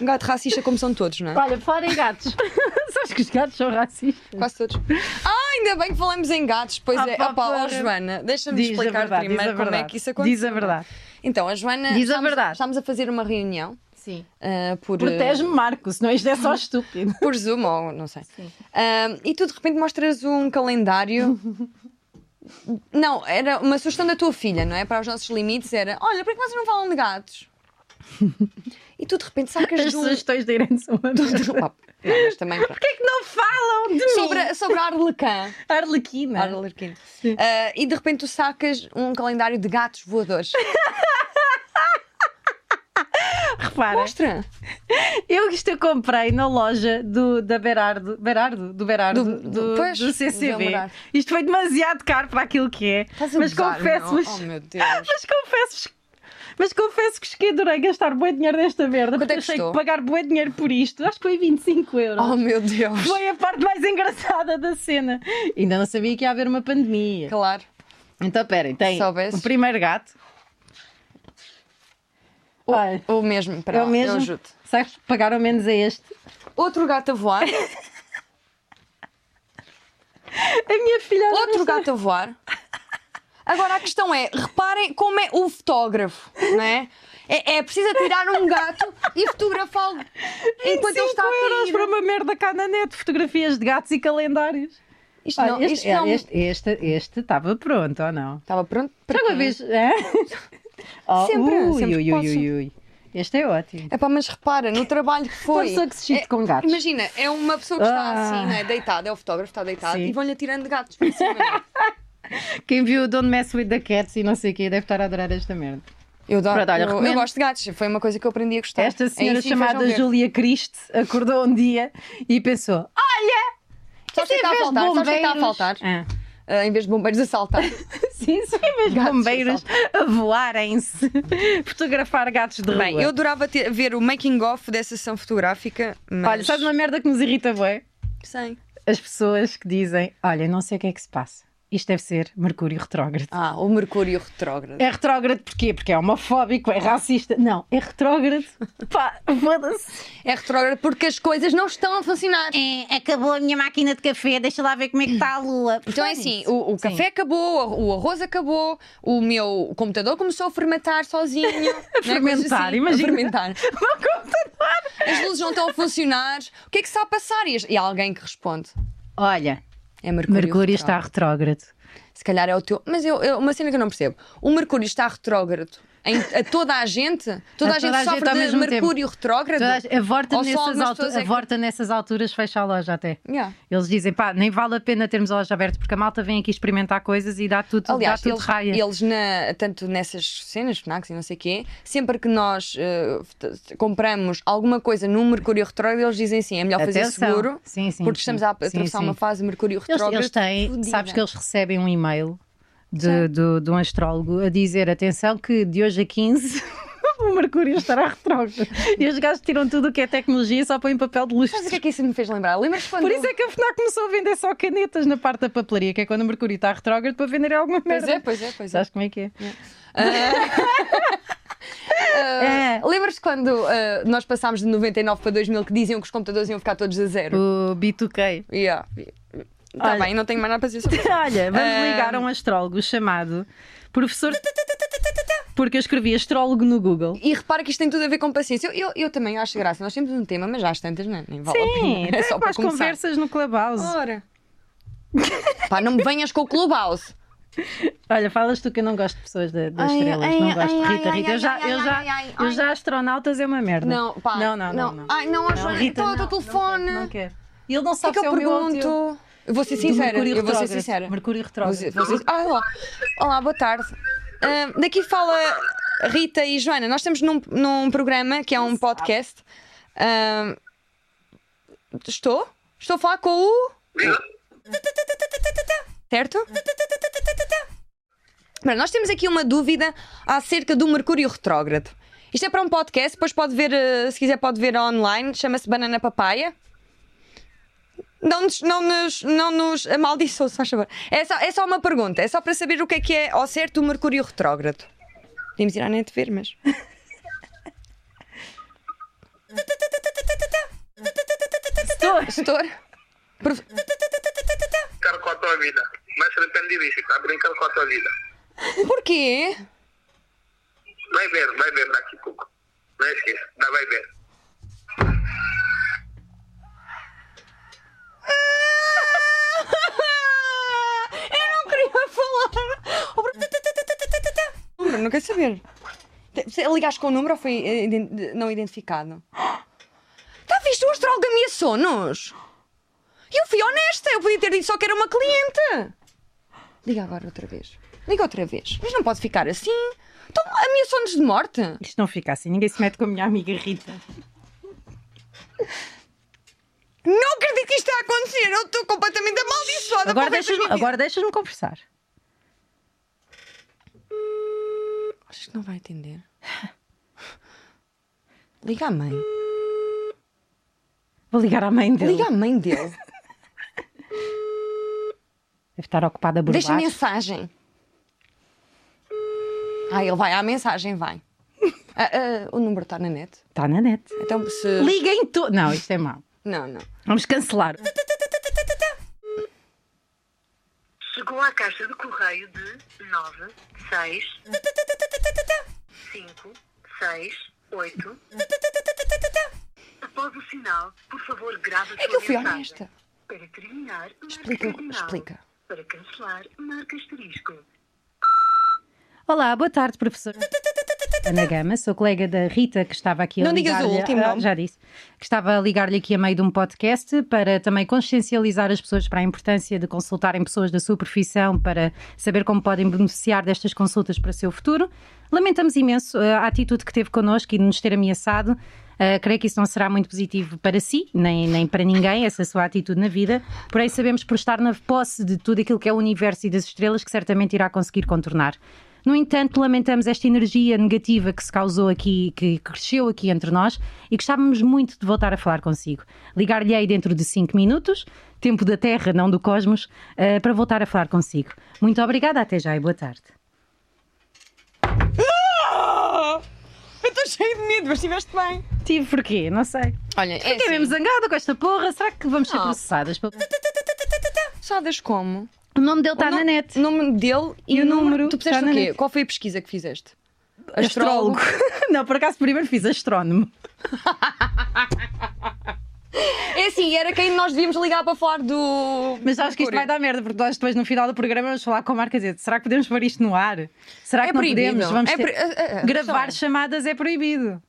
Speaker 1: Um gato racista, como são todos, não é?
Speaker 2: Olha, fora em gatos. Sabes que os gatos são racistas?
Speaker 1: Quase todos. Ah, ainda bem que falamos em gatos. Pois
Speaker 2: Ah,
Speaker 1: é,
Speaker 2: pá,
Speaker 1: opa, ó,
Speaker 2: pá.
Speaker 1: Joana, deixa-me
Speaker 2: Diz a
Speaker 1: explicar
Speaker 2: verdade, diz a
Speaker 1: primeiro como é
Speaker 2: verdade.
Speaker 1: que isso aconteceu.
Speaker 2: Diz a verdade.
Speaker 1: Então, a Joana.
Speaker 2: Diz a
Speaker 1: estamos-
Speaker 2: verdade.
Speaker 1: Estamos a fazer uma reunião
Speaker 2: Ah, Sim.
Speaker 1: ah, por. ah,
Speaker 2: Protege-me, Marco, senão isto é só estúpido.
Speaker 1: por Zoom ou não sei.
Speaker 2: Sim.
Speaker 1: Ahm, e tu de repente mostras um calendário. não, era uma sugestão da tua filha, não é? Para os nossos limites era: olha, por que vocês não falam de gatos? e tu de repente sacas
Speaker 2: As
Speaker 1: de um.
Speaker 2: sugestões de irem são uma merda.
Speaker 1: Opa, não, mas também. pronto.
Speaker 2: Porquê que não falam de
Speaker 1: Sobre,
Speaker 2: mim?
Speaker 1: a- sobre a Arlequã.
Speaker 2: Arlequina.
Speaker 1: Arlequim. Ah, e de repente tu sacas um calendário de gatos voadores.
Speaker 2: Repara,
Speaker 1: Mostra!
Speaker 2: eu isto eu comprei na loja do, da Berardo, Berardo, do Berardo,
Speaker 1: Do-
Speaker 2: do,
Speaker 1: pois,
Speaker 2: do CCB.
Speaker 1: do Berardo.
Speaker 2: Isto foi demasiado caro para aquilo que é.
Speaker 1: Estás a
Speaker 2: Mas
Speaker 1: gozar,
Speaker 2: confesso-vos,
Speaker 1: não? Oh meu Deus!
Speaker 2: mas confesso-vos, mas confesso-vos que adorei gastar bué dinheiro nesta merda.
Speaker 1: Quanto é
Speaker 2: porque
Speaker 1: que
Speaker 2: achei
Speaker 1: custou?
Speaker 2: que pagar bué dinheiro por isto, acho que foi 25 euros.
Speaker 1: Oh meu Deus!
Speaker 2: Foi a parte mais engraçada da cena. Ainda não sabia que ia haver uma pandemia.
Speaker 1: Claro.
Speaker 2: Então, peraí, tem
Speaker 1: Se soubesses.
Speaker 2: o primeiro gato. Olha,
Speaker 1: O mesmo, para
Speaker 2: é o mesmo.
Speaker 1: Oh. eu ajudo.
Speaker 2: Sabes, pagaram menos a este.
Speaker 1: Outro gato a voar.
Speaker 2: A minha filha adora
Speaker 1: Outro
Speaker 2: esta-
Speaker 1: gato a voar. Agora a questão é, reparem como é o fotógrafo, não é? É, é preciso atirar um gato e fotografá-lo enquanto ele está a
Speaker 2: 5 euros para
Speaker 1: cair.
Speaker 2: uma merda cá na net, fotografias de gatos e calendários.
Speaker 1: Isto
Speaker 2: Olha,
Speaker 1: não,
Speaker 2: este, é,
Speaker 1: isto é um não.
Speaker 2: este, este, este estava pronto ou não?
Speaker 1: Estava pronto para
Speaker 2: Já uma
Speaker 1: quê?
Speaker 2: vez. É? Oh,
Speaker 1: Sempre,
Speaker 2: ui,
Speaker 1: sempre
Speaker 2: ui,
Speaker 1: posso.
Speaker 2: ui, ui. Este é ótimo.
Speaker 1: É pá, mas repara, no trabalho que
Speaker 2: Uma
Speaker 1: foi.
Speaker 2: pessoa que se chiste
Speaker 1: É-
Speaker 2: com gatos.
Speaker 1: Imagina, é uma pessoa que está
Speaker 2: Ah.
Speaker 1: assim, não é? deitada, é o fotógrafo, está deitado,
Speaker 2: Sim.
Speaker 1: e vão-lhe atirando de gatos. para cima, não é?
Speaker 2: Quem viu Don't Mess with the Cats e não sei o quê deve estar a adorar esta merda.
Speaker 1: Eu, adoro-
Speaker 2: Pronto, olha,
Speaker 1: eu- eu
Speaker 2: recomendo.
Speaker 1: gosto de gatos, foi uma coisa que eu aprendi a gostar. É
Speaker 2: Esta senhora
Speaker 1: Tá. Aí sim,
Speaker 2: chamada
Speaker 1: vejam ver.
Speaker 2: Júlia Criste acordou um dia e pensou:
Speaker 1: Sabes o que
Speaker 2: "Em
Speaker 1: está a
Speaker 2: é vez de
Speaker 1: faltar? Sabes o que está a
Speaker 2: bombeiros-"
Speaker 1: faltar?
Speaker 2: Ah.
Speaker 1: Ah, em vez de bombeiros a saltar.
Speaker 2: Sim, sim, mas
Speaker 1: Gatos,
Speaker 2: bombeiros a voarem-se, fotografar gatos de
Speaker 1: Bem,
Speaker 2: rua.
Speaker 1: eu adorava ter- ver o making off dessa sessão fotográfica, mas
Speaker 2: Olha, sabes uma merda que nos irrita bem?
Speaker 1: Sei.
Speaker 2: As pessoas que dizem, olha, não sei o que é que se passa. Isto deve ser Mercúrio retrógrado.
Speaker 1: Ah, o Mercúrio retrógrado.
Speaker 2: É retrógrado porquê? Porque é homofóbico, é racista. Não, é retrógrado. Pá, foda-se.
Speaker 1: É retrógrado porque as coisas não estão a funcionar.
Speaker 2: É, acabou a minha máquina de café, deixa lá ver como é que está a lua.
Speaker 1: Então é assim, o, o café acabou, o ar- o arroz acabou, o meu computador começou a fermentar sozinho. não é? Coisas
Speaker 2: Fermentar,
Speaker 1: assim,
Speaker 2: imagina.
Speaker 1: A fermentar. As luzes não estão a funcionar. O que é que está a passar? E as- E há alguém que responde.
Speaker 2: Olha,
Speaker 1: É Mercúrio.
Speaker 2: Mercúrio está
Speaker 1: retrógrado.
Speaker 2: retrógrado.
Speaker 1: Se calhar é o teu. Mas eu, eu- uma cena que eu não percebo. O Mercúrio está retrógrado em, a toda a gente? Toda a,
Speaker 2: A
Speaker 1: gente
Speaker 2: toda a
Speaker 1: sofre
Speaker 2: gente ao
Speaker 1: de
Speaker 2: mesmo tempo.
Speaker 1: Mercúrio retrógrado?
Speaker 2: Toda a- Avorta,
Speaker 1: Ou só
Speaker 2: nessas,
Speaker 1: algumas pessoas
Speaker 2: altu-
Speaker 1: é que-
Speaker 2: avorta nessas alturas, fecha a loja até.
Speaker 1: Yeah.
Speaker 2: Eles dizem, pá, nem vale a pena termos a loja aberta porque a malta vem aqui experimentar coisas e dá tudo,
Speaker 1: Aliás,
Speaker 2: dá tudo
Speaker 1: eles,
Speaker 2: raia.
Speaker 1: eles na- tanto nessas cenas, FNACs e não sei o quê, sempre que nós eh, t- compramos alguma coisa no Mercúrio Retrógrado, eles dizem assim: é melhor fazer
Speaker 2: Atenção.
Speaker 1: seguro,
Speaker 2: Sim, sim,
Speaker 1: porque
Speaker 2: sim.
Speaker 1: estamos a
Speaker 2: Sim,
Speaker 1: atravessar
Speaker 2: sim.
Speaker 1: uma fase de Mercúrio
Speaker 2: Eles,
Speaker 1: Retrógrado.
Speaker 2: eles têm,
Speaker 1: fodida.
Speaker 2: sabes que eles recebem um e-mail de, de, de um astrólogo a dizer: atenção, que de hoje a 15 o Mercúrio estará retrógrado. e os gajos tiram tudo o que é tecnologia e só põem papel de
Speaker 1: Sabes o que
Speaker 2: lustre.
Speaker 1: é que isso me fez lembrar? Lembras quando.
Speaker 2: Por isso é que a FNAC começou a vender só canetas na parte da papelaria, que é quando o Mercúrio está retrógrado para vender alguma
Speaker 1: Pois
Speaker 2: merda.
Speaker 1: é, pois é, pois é.
Speaker 2: Sabes como é que é? É.
Speaker 1: Ah, Lembras quando ah, nós passámos de 99 para 2000 que diziam que os computadores iam ficar todos a zero?
Speaker 2: O B2K.
Speaker 1: Yeah. Tá
Speaker 2: Olha.
Speaker 1: bem, não tenho mais nada para dizer sobre isso.
Speaker 2: Olha, vamos
Speaker 1: Ah.
Speaker 2: ligar a um astrólogo chamado Professor. Porque eu escrevi astrólogo no Google.
Speaker 1: E repara que isto tem tudo a ver com paciência. Eu, eu, eu também acho graça. Nós temos um tema, mas já às tantas não, nem vale a
Speaker 2: Sim,
Speaker 1: pena. É só
Speaker 2: tem
Speaker 1: para
Speaker 2: mais
Speaker 1: começar. Ah.
Speaker 2: conversas no Clubhouse.
Speaker 1: Ora. Pá, não me venhas com o Clubhouse.
Speaker 2: Olha, falas tu que eu não gosto de pessoas da- das
Speaker 1: Ai,
Speaker 2: estrelas,
Speaker 1: ai,
Speaker 2: não gosto de
Speaker 1: ai,
Speaker 2: Rita,
Speaker 1: ai,
Speaker 2: Rita.
Speaker 1: ai,
Speaker 2: Eu já,
Speaker 1: ai,
Speaker 2: eu
Speaker 1: ai,
Speaker 2: já,
Speaker 1: ai, ai,
Speaker 2: eu
Speaker 1: ai.
Speaker 2: já astronautas é uma merda.
Speaker 1: Não, pá.
Speaker 2: Não, não, não. não.
Speaker 1: Ai, não,
Speaker 2: Não,
Speaker 1: Joana,
Speaker 2: Rita,
Speaker 1: estou ao teu
Speaker 2: não,
Speaker 1: telefone.
Speaker 2: Não quero. E ele não
Speaker 1: O que é
Speaker 2: sabe
Speaker 1: que eu
Speaker 2: se é o meu ou o teu.
Speaker 1: pergunto? Eu vou ser
Speaker 2: Do
Speaker 1: sincera.
Speaker 2: Mercúrio
Speaker 1: Eu vou ser
Speaker 2: retrógrado.
Speaker 1: sincera.
Speaker 2: Mercúrio
Speaker 1: Vou
Speaker 2: retrógrado.
Speaker 1: ser- vou ser- Ah, olá. Olá, boa tarde. Ah, daqui fala Rita e Joana. Nós estamos num, num programa que é um podcast. Ah, estou? Estou a falar com o. Certo? Bem, nós temos aqui uma dúvida acerca do Mercúrio Retrógrado. Isto é para um podcast, eh, depois pode ver, ah, se quiser, pode ver online. Chama-se Banana Papaya. Não nos, não nos, não nos amaldiçoe, se faz favor. É só, é só uma pergunta, é só para saber o que é que é ao certo o Mercúrio retrógrado. Podíamos ir à net ver, mas. Gestor. Prof-
Speaker 3: brincar com a tua vida. Mas arrependidíssimo, está a tá? brincar com a tua vida.
Speaker 1: Porquê?
Speaker 3: Vai ver, vai ver daqui a pouco. Não esqueça, dá, vai ver.
Speaker 1: Eu não queria falar. Oh, O Bruno- Número, não quero saber. Te- Ligaste com o número ou foi eh, ident- não identificado? Está visto? O astrólogo ameaçou-nos. E eu fui honesta. Eu podia ter dito só que era uma cliente. Liga agora outra vez. Liga outra vez. Mas não pode ficar assim. Então ameaçou-nos de morte.
Speaker 2: Isto não fica assim, ninguém se mete com a minha amiga Rita.
Speaker 1: Não acredito que isto está a acontecer. Eu estou completamente amaldiçoada.
Speaker 2: Agora
Speaker 1: por ver
Speaker 2: deixas-me
Speaker 1: esta mentira.
Speaker 2: agora deixas-me conversar.
Speaker 1: Achas que não vai atender? Liga à mãe.
Speaker 2: Vou ligar à mãe dele.
Speaker 1: Liga à mãe dele.
Speaker 2: Deve estar ocupada a burlar.
Speaker 1: Deixa mensagem. Ah, ele vai à mensagem, vai. Ah, ah, o número está na net.
Speaker 2: Está na net.
Speaker 1: Então se.
Speaker 2: Liguem tu. Não, isto é mau.
Speaker 1: Não, não.
Speaker 2: Vamos cancelar.
Speaker 4: Chegou à caixa de correio de 9, 6, 5, 6, 8. Após o sinal, por favor, grave a
Speaker 1: É que eu
Speaker 4: sua
Speaker 1: fui
Speaker 4: mensagem.
Speaker 1: honesta.
Speaker 4: Para terminar, marque
Speaker 1: Explica,
Speaker 4: cardinal.
Speaker 1: explica.
Speaker 4: Para cancelar, marca asterisco.
Speaker 2: Olá, boa tarde, professor. Ana Gama, sou colega da Rita, que estava aqui a
Speaker 1: Não digas
Speaker 2: ligar-lhe...
Speaker 1: o último
Speaker 2: Ah,
Speaker 1: nome.
Speaker 2: Já disse. Que estava a ligar-lhe aqui a meio de um podcast para também consciencializar as pessoas para a importância de consultarem pessoas da sua profissão para saber como podem beneficiar destas consultas para o seu futuro. Lamentamos imenso eh, a atitude que teve connosco e de nos ter ameaçado. Eh, creio que isso não será muito positivo para si, nem, nem para ninguém, essa sua atitude na vida. Porém, sabemos por estar na posse de tudo aquilo que é o universo e das estrelas que certamente irá conseguir contornar. No entanto, lamentamos esta energia negativa que se causou aqui, que cresceu aqui entre nós e gostávamos muito de voltar a falar consigo. Ligar-lhe-ei dentro de 5 minutos, tempo da Terra, não do Cosmos, eh, para voltar a falar consigo. Muito obrigada, até já e boa tarde.
Speaker 1: Ah! Eu estou cheio de medo, mas estiveste bem.
Speaker 2: Tive porquê? Não sei.
Speaker 1: Olha, é
Speaker 2: Fiquei mesmo
Speaker 1: assim,
Speaker 2: zangada com esta porra, será que vamos ser
Speaker 1: Oh.
Speaker 2: processadas? O
Speaker 1: sadas como?
Speaker 2: nome dele está
Speaker 1: o no-
Speaker 2: Tá na net.
Speaker 1: nome dele e,
Speaker 2: E
Speaker 1: o
Speaker 2: o
Speaker 1: número.
Speaker 2: número
Speaker 1: Tu puseste
Speaker 2: está na
Speaker 1: o quê?
Speaker 2: net.
Speaker 1: Qual foi a pesquisa que fizeste?
Speaker 2: não, por acaso primeiro fiz astrónomo.
Speaker 1: É assim, era quem nós devíamos ligar para falar do.
Speaker 2: Mas acho que isto vai dar merda, porque nós depois no final do programa vamos falar com a marca e dizer será que podemos pôr isto no ar? Será que
Speaker 1: É
Speaker 2: não
Speaker 1: proibido.
Speaker 2: podemos? Vamos
Speaker 1: É
Speaker 2: ter-
Speaker 1: pro- é- é-
Speaker 2: Gravar
Speaker 1: é.
Speaker 2: chamadas é proibido.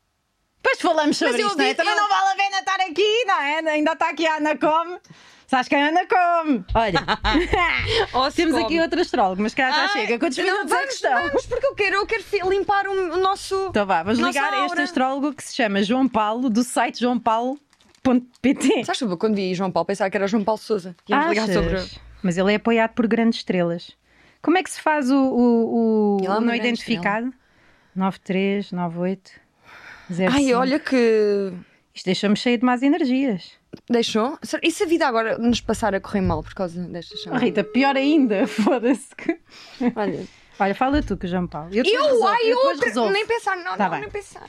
Speaker 2: Depois falamos sobre
Speaker 1: Mas eu
Speaker 2: isto, não é?
Speaker 1: ouvi-
Speaker 2: Também
Speaker 1: eu-
Speaker 2: não vale a pena estar aqui, não é? Ainda está aqui a Ana Come. Sabes quem é a Ana Come? Olha,
Speaker 1: Ou se
Speaker 2: temos aqui
Speaker 1: come.
Speaker 2: outro astrólogo, mas calhar já
Speaker 1: Ai,
Speaker 2: chega. Quantos
Speaker 1: não,
Speaker 2: minutos é que
Speaker 1: vamos,
Speaker 2: estão?
Speaker 1: Vamos, porque eu quero, eu quero fi- limpar o, o nosso.
Speaker 2: Então vá, vamos
Speaker 1: nossa
Speaker 2: ligar a este
Speaker 1: aura.
Speaker 2: astrólogo que se chama João Paulo, do site joaopaulo.pt.
Speaker 1: Sabes sobre quando vi João Paulo pensar que era João Paulo Souza. Íamos ligar
Speaker 2: Achas?
Speaker 1: sobre.
Speaker 2: Mas ele é apoiado por grandes estrelas. Como é que se faz o, o, o-
Speaker 1: Ele é
Speaker 2: o
Speaker 1: uma
Speaker 2: não
Speaker 1: grande
Speaker 2: identificado? 93, 98, 05.
Speaker 1: Ai, olha que.
Speaker 2: Isto deixa-me cheio de más energias.
Speaker 1: Deixou? Será- E se a vida agora nos passar a correr mal por causa desta
Speaker 2: Oh,
Speaker 1: chamada?
Speaker 2: Rita, pior ainda, foda-se. que-
Speaker 1: Olha.
Speaker 2: Olha, fala tu que o João Paulo. Eu, depois
Speaker 1: Eu,
Speaker 2: resolvo,
Speaker 1: ai,
Speaker 2: eu depois
Speaker 1: outra.
Speaker 2: resolvo.
Speaker 1: Nem pensar, não,
Speaker 2: Tá
Speaker 1: não,
Speaker 2: bem.
Speaker 1: nem pensar.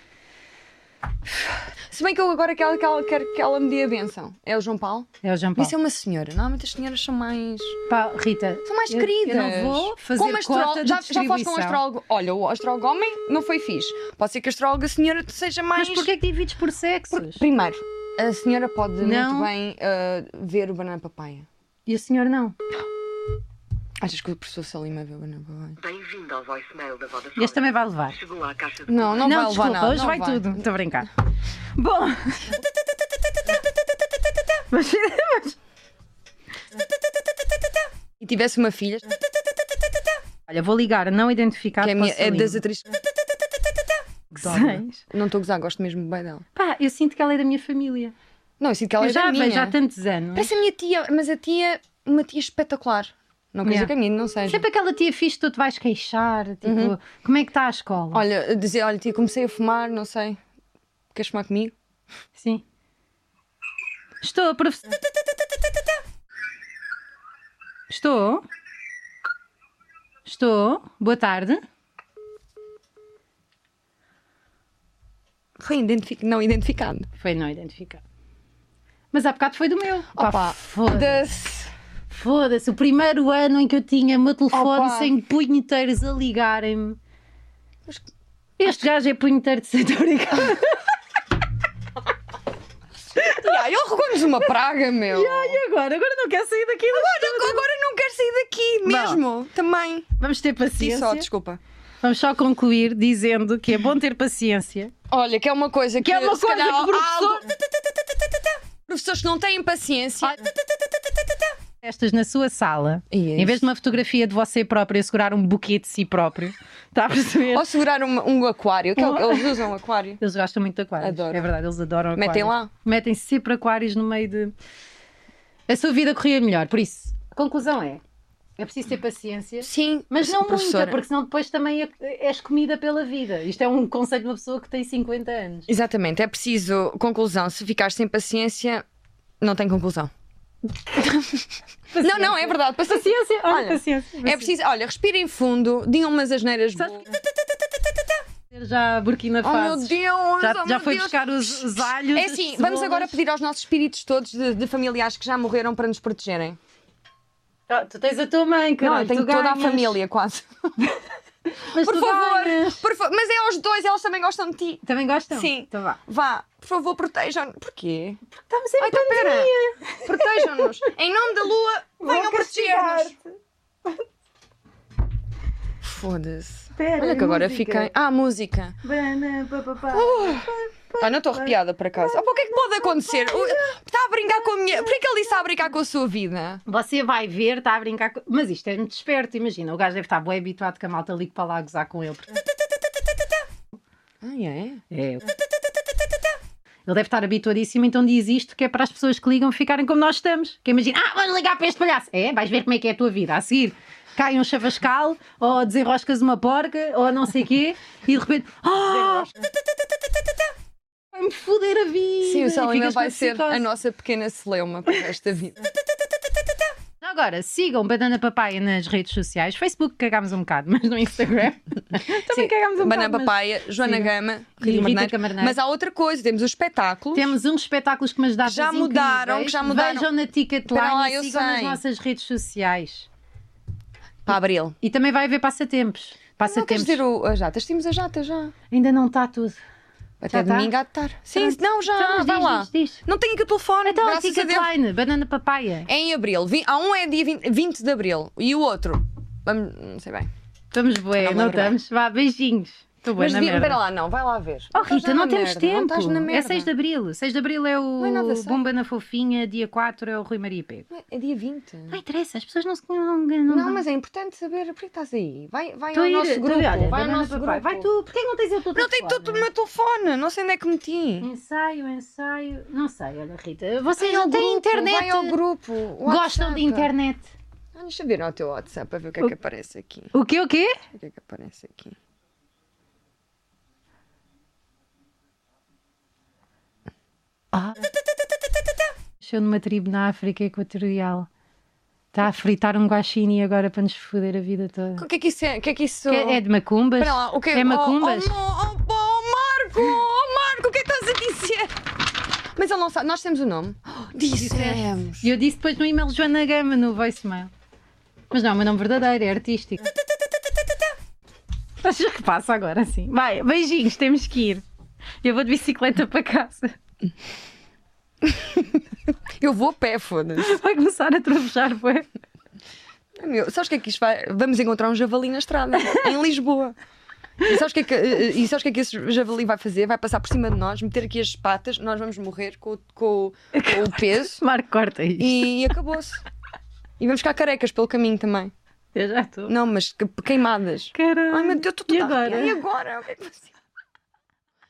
Speaker 1: Se bem que eu agora quero que ela, quero que ela me dê a benção. É o João Paulo?
Speaker 2: É o João Paulo.
Speaker 1: Isso é uma senhora. Normalmente as senhoras são mais.
Speaker 2: Pá, Rita,
Speaker 1: São mais
Speaker 2: eu,
Speaker 1: queridas.
Speaker 2: Eu não vou fazer
Speaker 1: Como astrólogo-
Speaker 2: cota de
Speaker 1: já, já foste com um
Speaker 2: distribuição.
Speaker 1: astrólogo. Olha, o astrólogo homem não foi fixe. Pode ser que a astróloga senhora seja mais.
Speaker 2: Mas porquê é que divides por sexos?
Speaker 1: Primeiro, a senhora pode
Speaker 2: Não.
Speaker 1: muito bem ah, ver o banana papaya.
Speaker 2: E o senhor não.
Speaker 1: Achas que o professor Salima vê o banana papaya?
Speaker 4: Bem-vindo ao voicemail da Vodafone.
Speaker 2: Este também vai levar.
Speaker 4: Chegou à caixa de
Speaker 1: Não, não, vai levar
Speaker 2: desculpa,
Speaker 1: nada.
Speaker 2: hoje
Speaker 1: não
Speaker 2: vai, tudo. Estou a brincar. Bom. Mas-
Speaker 1: E tivesse uma filha,
Speaker 2: Olha, vou ligar, não identificar.
Speaker 1: que é, a minha- é das atrizes.
Speaker 2: Seis.
Speaker 1: Não estou a gozar, gosto mesmo bem dela.
Speaker 2: Pá, eu sinto que ela é da minha família.
Speaker 1: Não, eu sinto que ela
Speaker 2: eu
Speaker 1: é da
Speaker 2: já a
Speaker 1: minha.
Speaker 2: vejo há tantos anos.
Speaker 1: Parece a minha tia, mas a tia, uma tia espetacular. Não quer dizer
Speaker 2: Yeah. é
Speaker 1: que a minha não seja.
Speaker 2: Sempre aquela tia fixe, tu te vais queixar. Tipo, como é que está a escola?
Speaker 1: Uhum. Olha, dizer, olha, tia, comecei a fumar, não sei. Queres fumar comigo?
Speaker 2: Sim. Estou, professor. Estou? Estou? Boa tarde.
Speaker 1: Foi identific... não identificado.
Speaker 2: Foi não identificado. Mas há bocado foi do meu. Pá,
Speaker 1: Opa,
Speaker 2: foda-se.
Speaker 1: das-
Speaker 2: Foda-se, o primeiro ano em que eu tinha o meu telefone
Speaker 1: Opa.
Speaker 2: sem punheteiros a ligarem-me. Este gajo é punheteiro de Santorica.
Speaker 1: Ya, ele arrogou-nos uma praga, meu.
Speaker 2: E agora? Agora não quero sair daqui. Agora.
Speaker 1: Agora agora não quero sair daqui mesmo. Também.
Speaker 2: Vamos ter
Speaker 1: Sim,
Speaker 2: paciência.
Speaker 1: só, desculpa.
Speaker 2: Vamos só concluir dizendo que é bom ter paciência.
Speaker 1: Olha, que é uma coisa que,
Speaker 2: Que é uma
Speaker 1: se
Speaker 2: coisa
Speaker 1: calhar,
Speaker 2: que o
Speaker 1: há
Speaker 2: professor-
Speaker 1: algo- Professores que não têm paciência.
Speaker 2: Estas na sua sala,
Speaker 1: E é
Speaker 2: em vez
Speaker 1: isso.
Speaker 2: de uma fotografia de você próprio a segurar um buquê de si próprio, está a perceber?
Speaker 1: Ou segurar um, um aquário, que é o que
Speaker 2: Oh.
Speaker 1: eles usam aquário.
Speaker 2: Eles gostam muito de aquários.
Speaker 1: Adoro.
Speaker 2: É verdade, eles adoram aquários.
Speaker 1: Metem lá.
Speaker 2: Metem sempre aquários no meio de. A sua vida corria melhor. Por isso, a conclusão é: é preciso ter paciência.
Speaker 1: Sim,
Speaker 2: Mas não
Speaker 1: professora.
Speaker 2: muita, porque senão depois também é- és comida pela vida. Isto é um conselho de uma pessoa que tem 50 anos.
Speaker 1: Exatamente, é preciso conclusão. Se ficar sem paciência, não tem conclusão. não, não, é verdade. Paciência.
Speaker 2: Paciência, olha,
Speaker 1: Olha,
Speaker 2: paciência.
Speaker 1: É preciso, olha, respirem fundo, digam umas asneiras
Speaker 2: Sabe-
Speaker 1: boas.
Speaker 2: Já Burkina
Speaker 1: Oh meu
Speaker 2: Faso.
Speaker 1: Deus!
Speaker 2: já
Speaker 1: oh,
Speaker 2: já
Speaker 1: meu
Speaker 2: foi
Speaker 1: Deus.
Speaker 2: buscar os, os alhos.
Speaker 1: É
Speaker 2: as
Speaker 1: assim, vamos
Speaker 2: cebolas.
Speaker 1: agora pedir aos nossos espíritos todos de, de familiares que já morreram para nos protegerem.
Speaker 2: Ah, tu tens a tua mãe,
Speaker 1: Não,
Speaker 2: caralho.
Speaker 1: eu tenho
Speaker 2: tu
Speaker 1: toda
Speaker 2: ganhas.
Speaker 1: a família quase.
Speaker 2: Mas
Speaker 1: Por
Speaker 2: tu
Speaker 1: favor,
Speaker 2: ganhas.
Speaker 1: por fa- mas é aos dois, elas também gostam de ti.
Speaker 2: Também gostam?
Speaker 1: Sim.
Speaker 2: Então vá.
Speaker 1: Vá, por favor, protejam-nos. Porquê?
Speaker 2: Estamos em
Speaker 1: Ai, então pera. Protejam-nos. Em nome da lua, venham proteger-nos. Foda-se.
Speaker 2: Espera,
Speaker 1: Olha que agora
Speaker 2: música.
Speaker 1: fiquei. Ah, música.
Speaker 2: Bana, papapá.
Speaker 1: Ah, não estou arrepiada para casa. Ah, pá, o que é que pode acontecer? O- Está a brincar com a minha. Por que ele está a brincar com a sua vida?
Speaker 2: Você vai ver, está a brincar com... Mas isto é muito esperto, imagina. O gajo deve estar bem habituado que a malta ligue para lá a gozar com ele. porque-
Speaker 1: Ai, é?
Speaker 2: É. Ele deve estar habituadíssimo, então diz isto que é para as pessoas que ligam ficarem como nós estamos. Que imagina, ah, vamos ligar para este palhaço. É, vais ver como é que é a tua vida. A seguir cai um chavascal, ou desenroscas uma porca, ou não sei quê, e de repente. Ah! Vai-me foder a vida.
Speaker 1: Sim, o
Speaker 2: E
Speaker 1: Salina
Speaker 2: ficas
Speaker 1: vai
Speaker 2: com
Speaker 1: ser
Speaker 2: psicose.
Speaker 1: a nossa pequena celeuma para esta vida.
Speaker 2: Agora, sigam Banana Papaya nas redes sociais. Facebook cagámos um bocado, mas no Instagram também
Speaker 1: Sim,
Speaker 2: cagámos um
Speaker 1: Banana
Speaker 2: bocado. mas
Speaker 1: Papaya, Joana
Speaker 2: Sim.
Speaker 1: Gama,
Speaker 2: E
Speaker 1: Rita
Speaker 2: Rita
Speaker 1: Camarneiro.
Speaker 2: Camarneiro.
Speaker 1: Mas há outra coisa, temos os espetáculos.
Speaker 2: Temos uns espetáculos com umas datas
Speaker 1: Já mudaram,
Speaker 2: incríveis.
Speaker 1: que já mudaram.
Speaker 2: Vejam na Ticketline
Speaker 1: Espera lá,
Speaker 2: e
Speaker 1: eu
Speaker 2: sigam nas
Speaker 1: sei.
Speaker 2: nossas redes sociais.
Speaker 1: Para Abril.
Speaker 2: E também vai haver passatempos.
Speaker 1: Não queres
Speaker 2: Passatempos.
Speaker 1: dizer o, as jatas? Temos as jatas já.
Speaker 2: Ainda não está tudo.
Speaker 1: Até
Speaker 2: Já tá?
Speaker 1: domingo há de estar. Sim,
Speaker 2: Pronto.
Speaker 1: não, já.
Speaker 2: Então, mas
Speaker 1: vai
Speaker 2: diz,
Speaker 1: lá.
Speaker 2: diz, diz.
Speaker 1: Não tenho aqui o telefone,
Speaker 2: Então, a
Speaker 1: graças a Deus.
Speaker 2: Ticketline, Banana Papaya.
Speaker 1: É em abril. Vi- Há um é dia 20, 20 de abril e o outro. Vamos, não sei bem.
Speaker 2: Estamos
Speaker 1: Não
Speaker 2: bué,
Speaker 1: me
Speaker 2: não
Speaker 1: lembro bem.
Speaker 2: estamos? Vá, beijinhos. Estou bué
Speaker 1: Tá Mas
Speaker 2: na
Speaker 1: vi-
Speaker 2: merda.
Speaker 1: espera lá, não, vai lá ver.
Speaker 2: Oh,
Speaker 1: Não estás
Speaker 2: Rita,
Speaker 1: na
Speaker 2: não temos
Speaker 1: merda,
Speaker 2: tempo.
Speaker 1: Não estás na
Speaker 2: é
Speaker 1: merda.
Speaker 2: 6 de abril. 6 de abril é o
Speaker 1: Não é nada certo.
Speaker 2: Bomba na Fofinha, dia 4 é o Rui Maria Pego.
Speaker 1: É dia 20.
Speaker 2: Não interessa, as pessoas não se. Não, não,
Speaker 1: Não, mas é importante saber por que estás aí. Vai, vai
Speaker 2: Estou a
Speaker 1: ao
Speaker 2: ir,
Speaker 1: nosso
Speaker 2: estou a
Speaker 1: grupo.
Speaker 2: ir, olha,
Speaker 1: vai ao
Speaker 2: Banana
Speaker 1: nosso
Speaker 2: Papaya.
Speaker 1: grupo.
Speaker 2: Vai tu, porquê que não tens o teu
Speaker 1: Não tem
Speaker 2: telefone?
Speaker 1: todo o meu telefone, não sei onde é que meti.
Speaker 2: Ensaio, ensaio. Não sei, olha, Rita. Vocês
Speaker 1: Vai ao
Speaker 2: não têm
Speaker 1: grupo,
Speaker 2: internet.
Speaker 1: Vai ao grupo.
Speaker 2: Gostam de
Speaker 1: WhatsApp.
Speaker 2: internet.
Speaker 1: Ah, deixa eu ver no teu WhatsApp para ver o que é que aparece aqui.
Speaker 2: O quê, o quê?
Speaker 1: O que é que aparece aqui?
Speaker 2: Ah. Nasceu numa tribo na África Equatorial. Está a fritar um guaxini agora para nos foder a vida toda.
Speaker 1: O que é que isso é? O que é que isso
Speaker 2: Que é de macumbas?
Speaker 1: Espera lá, o que
Speaker 2: É macumbas?
Speaker 1: Oh, oh, oh, oh, Marco! Oh, Marco, o que é que estás a dizer? Mas ele não sabe. Nós temos o nome. Oh, dissemos.
Speaker 2: E eu disse depois no e-mail Joana Gama, no voicemail. Mas não, o meu nome verdadeiro é artístico. Achas que passa agora sim? Vai, beijinhos, temos que ir. Eu vou de bicicleta para casa.
Speaker 1: Eu vou a pé, foda-se.
Speaker 2: Vai começar a trovejar, foi?
Speaker 1: Meu, sabes o que é que isto vai? Vamos encontrar um javali na estrada, em Lisboa. E sabes o que, é que, eh, e sabes o que é que esse javali vai fazer? Vai passar por cima de nós, meter aqui as patas, nós vamos morrer com, o- com o- com o peso
Speaker 2: Marco, corta isto.
Speaker 1: e acabou-se. E vamos ficar carecas pelo caminho também.
Speaker 2: Eu já estou.
Speaker 1: Não, mas que- queimadas.
Speaker 2: Caralho.
Speaker 1: Ai meu Deus, estou toda
Speaker 2: E agora?
Speaker 1: arrepiada. E agora? O que é que vai ser?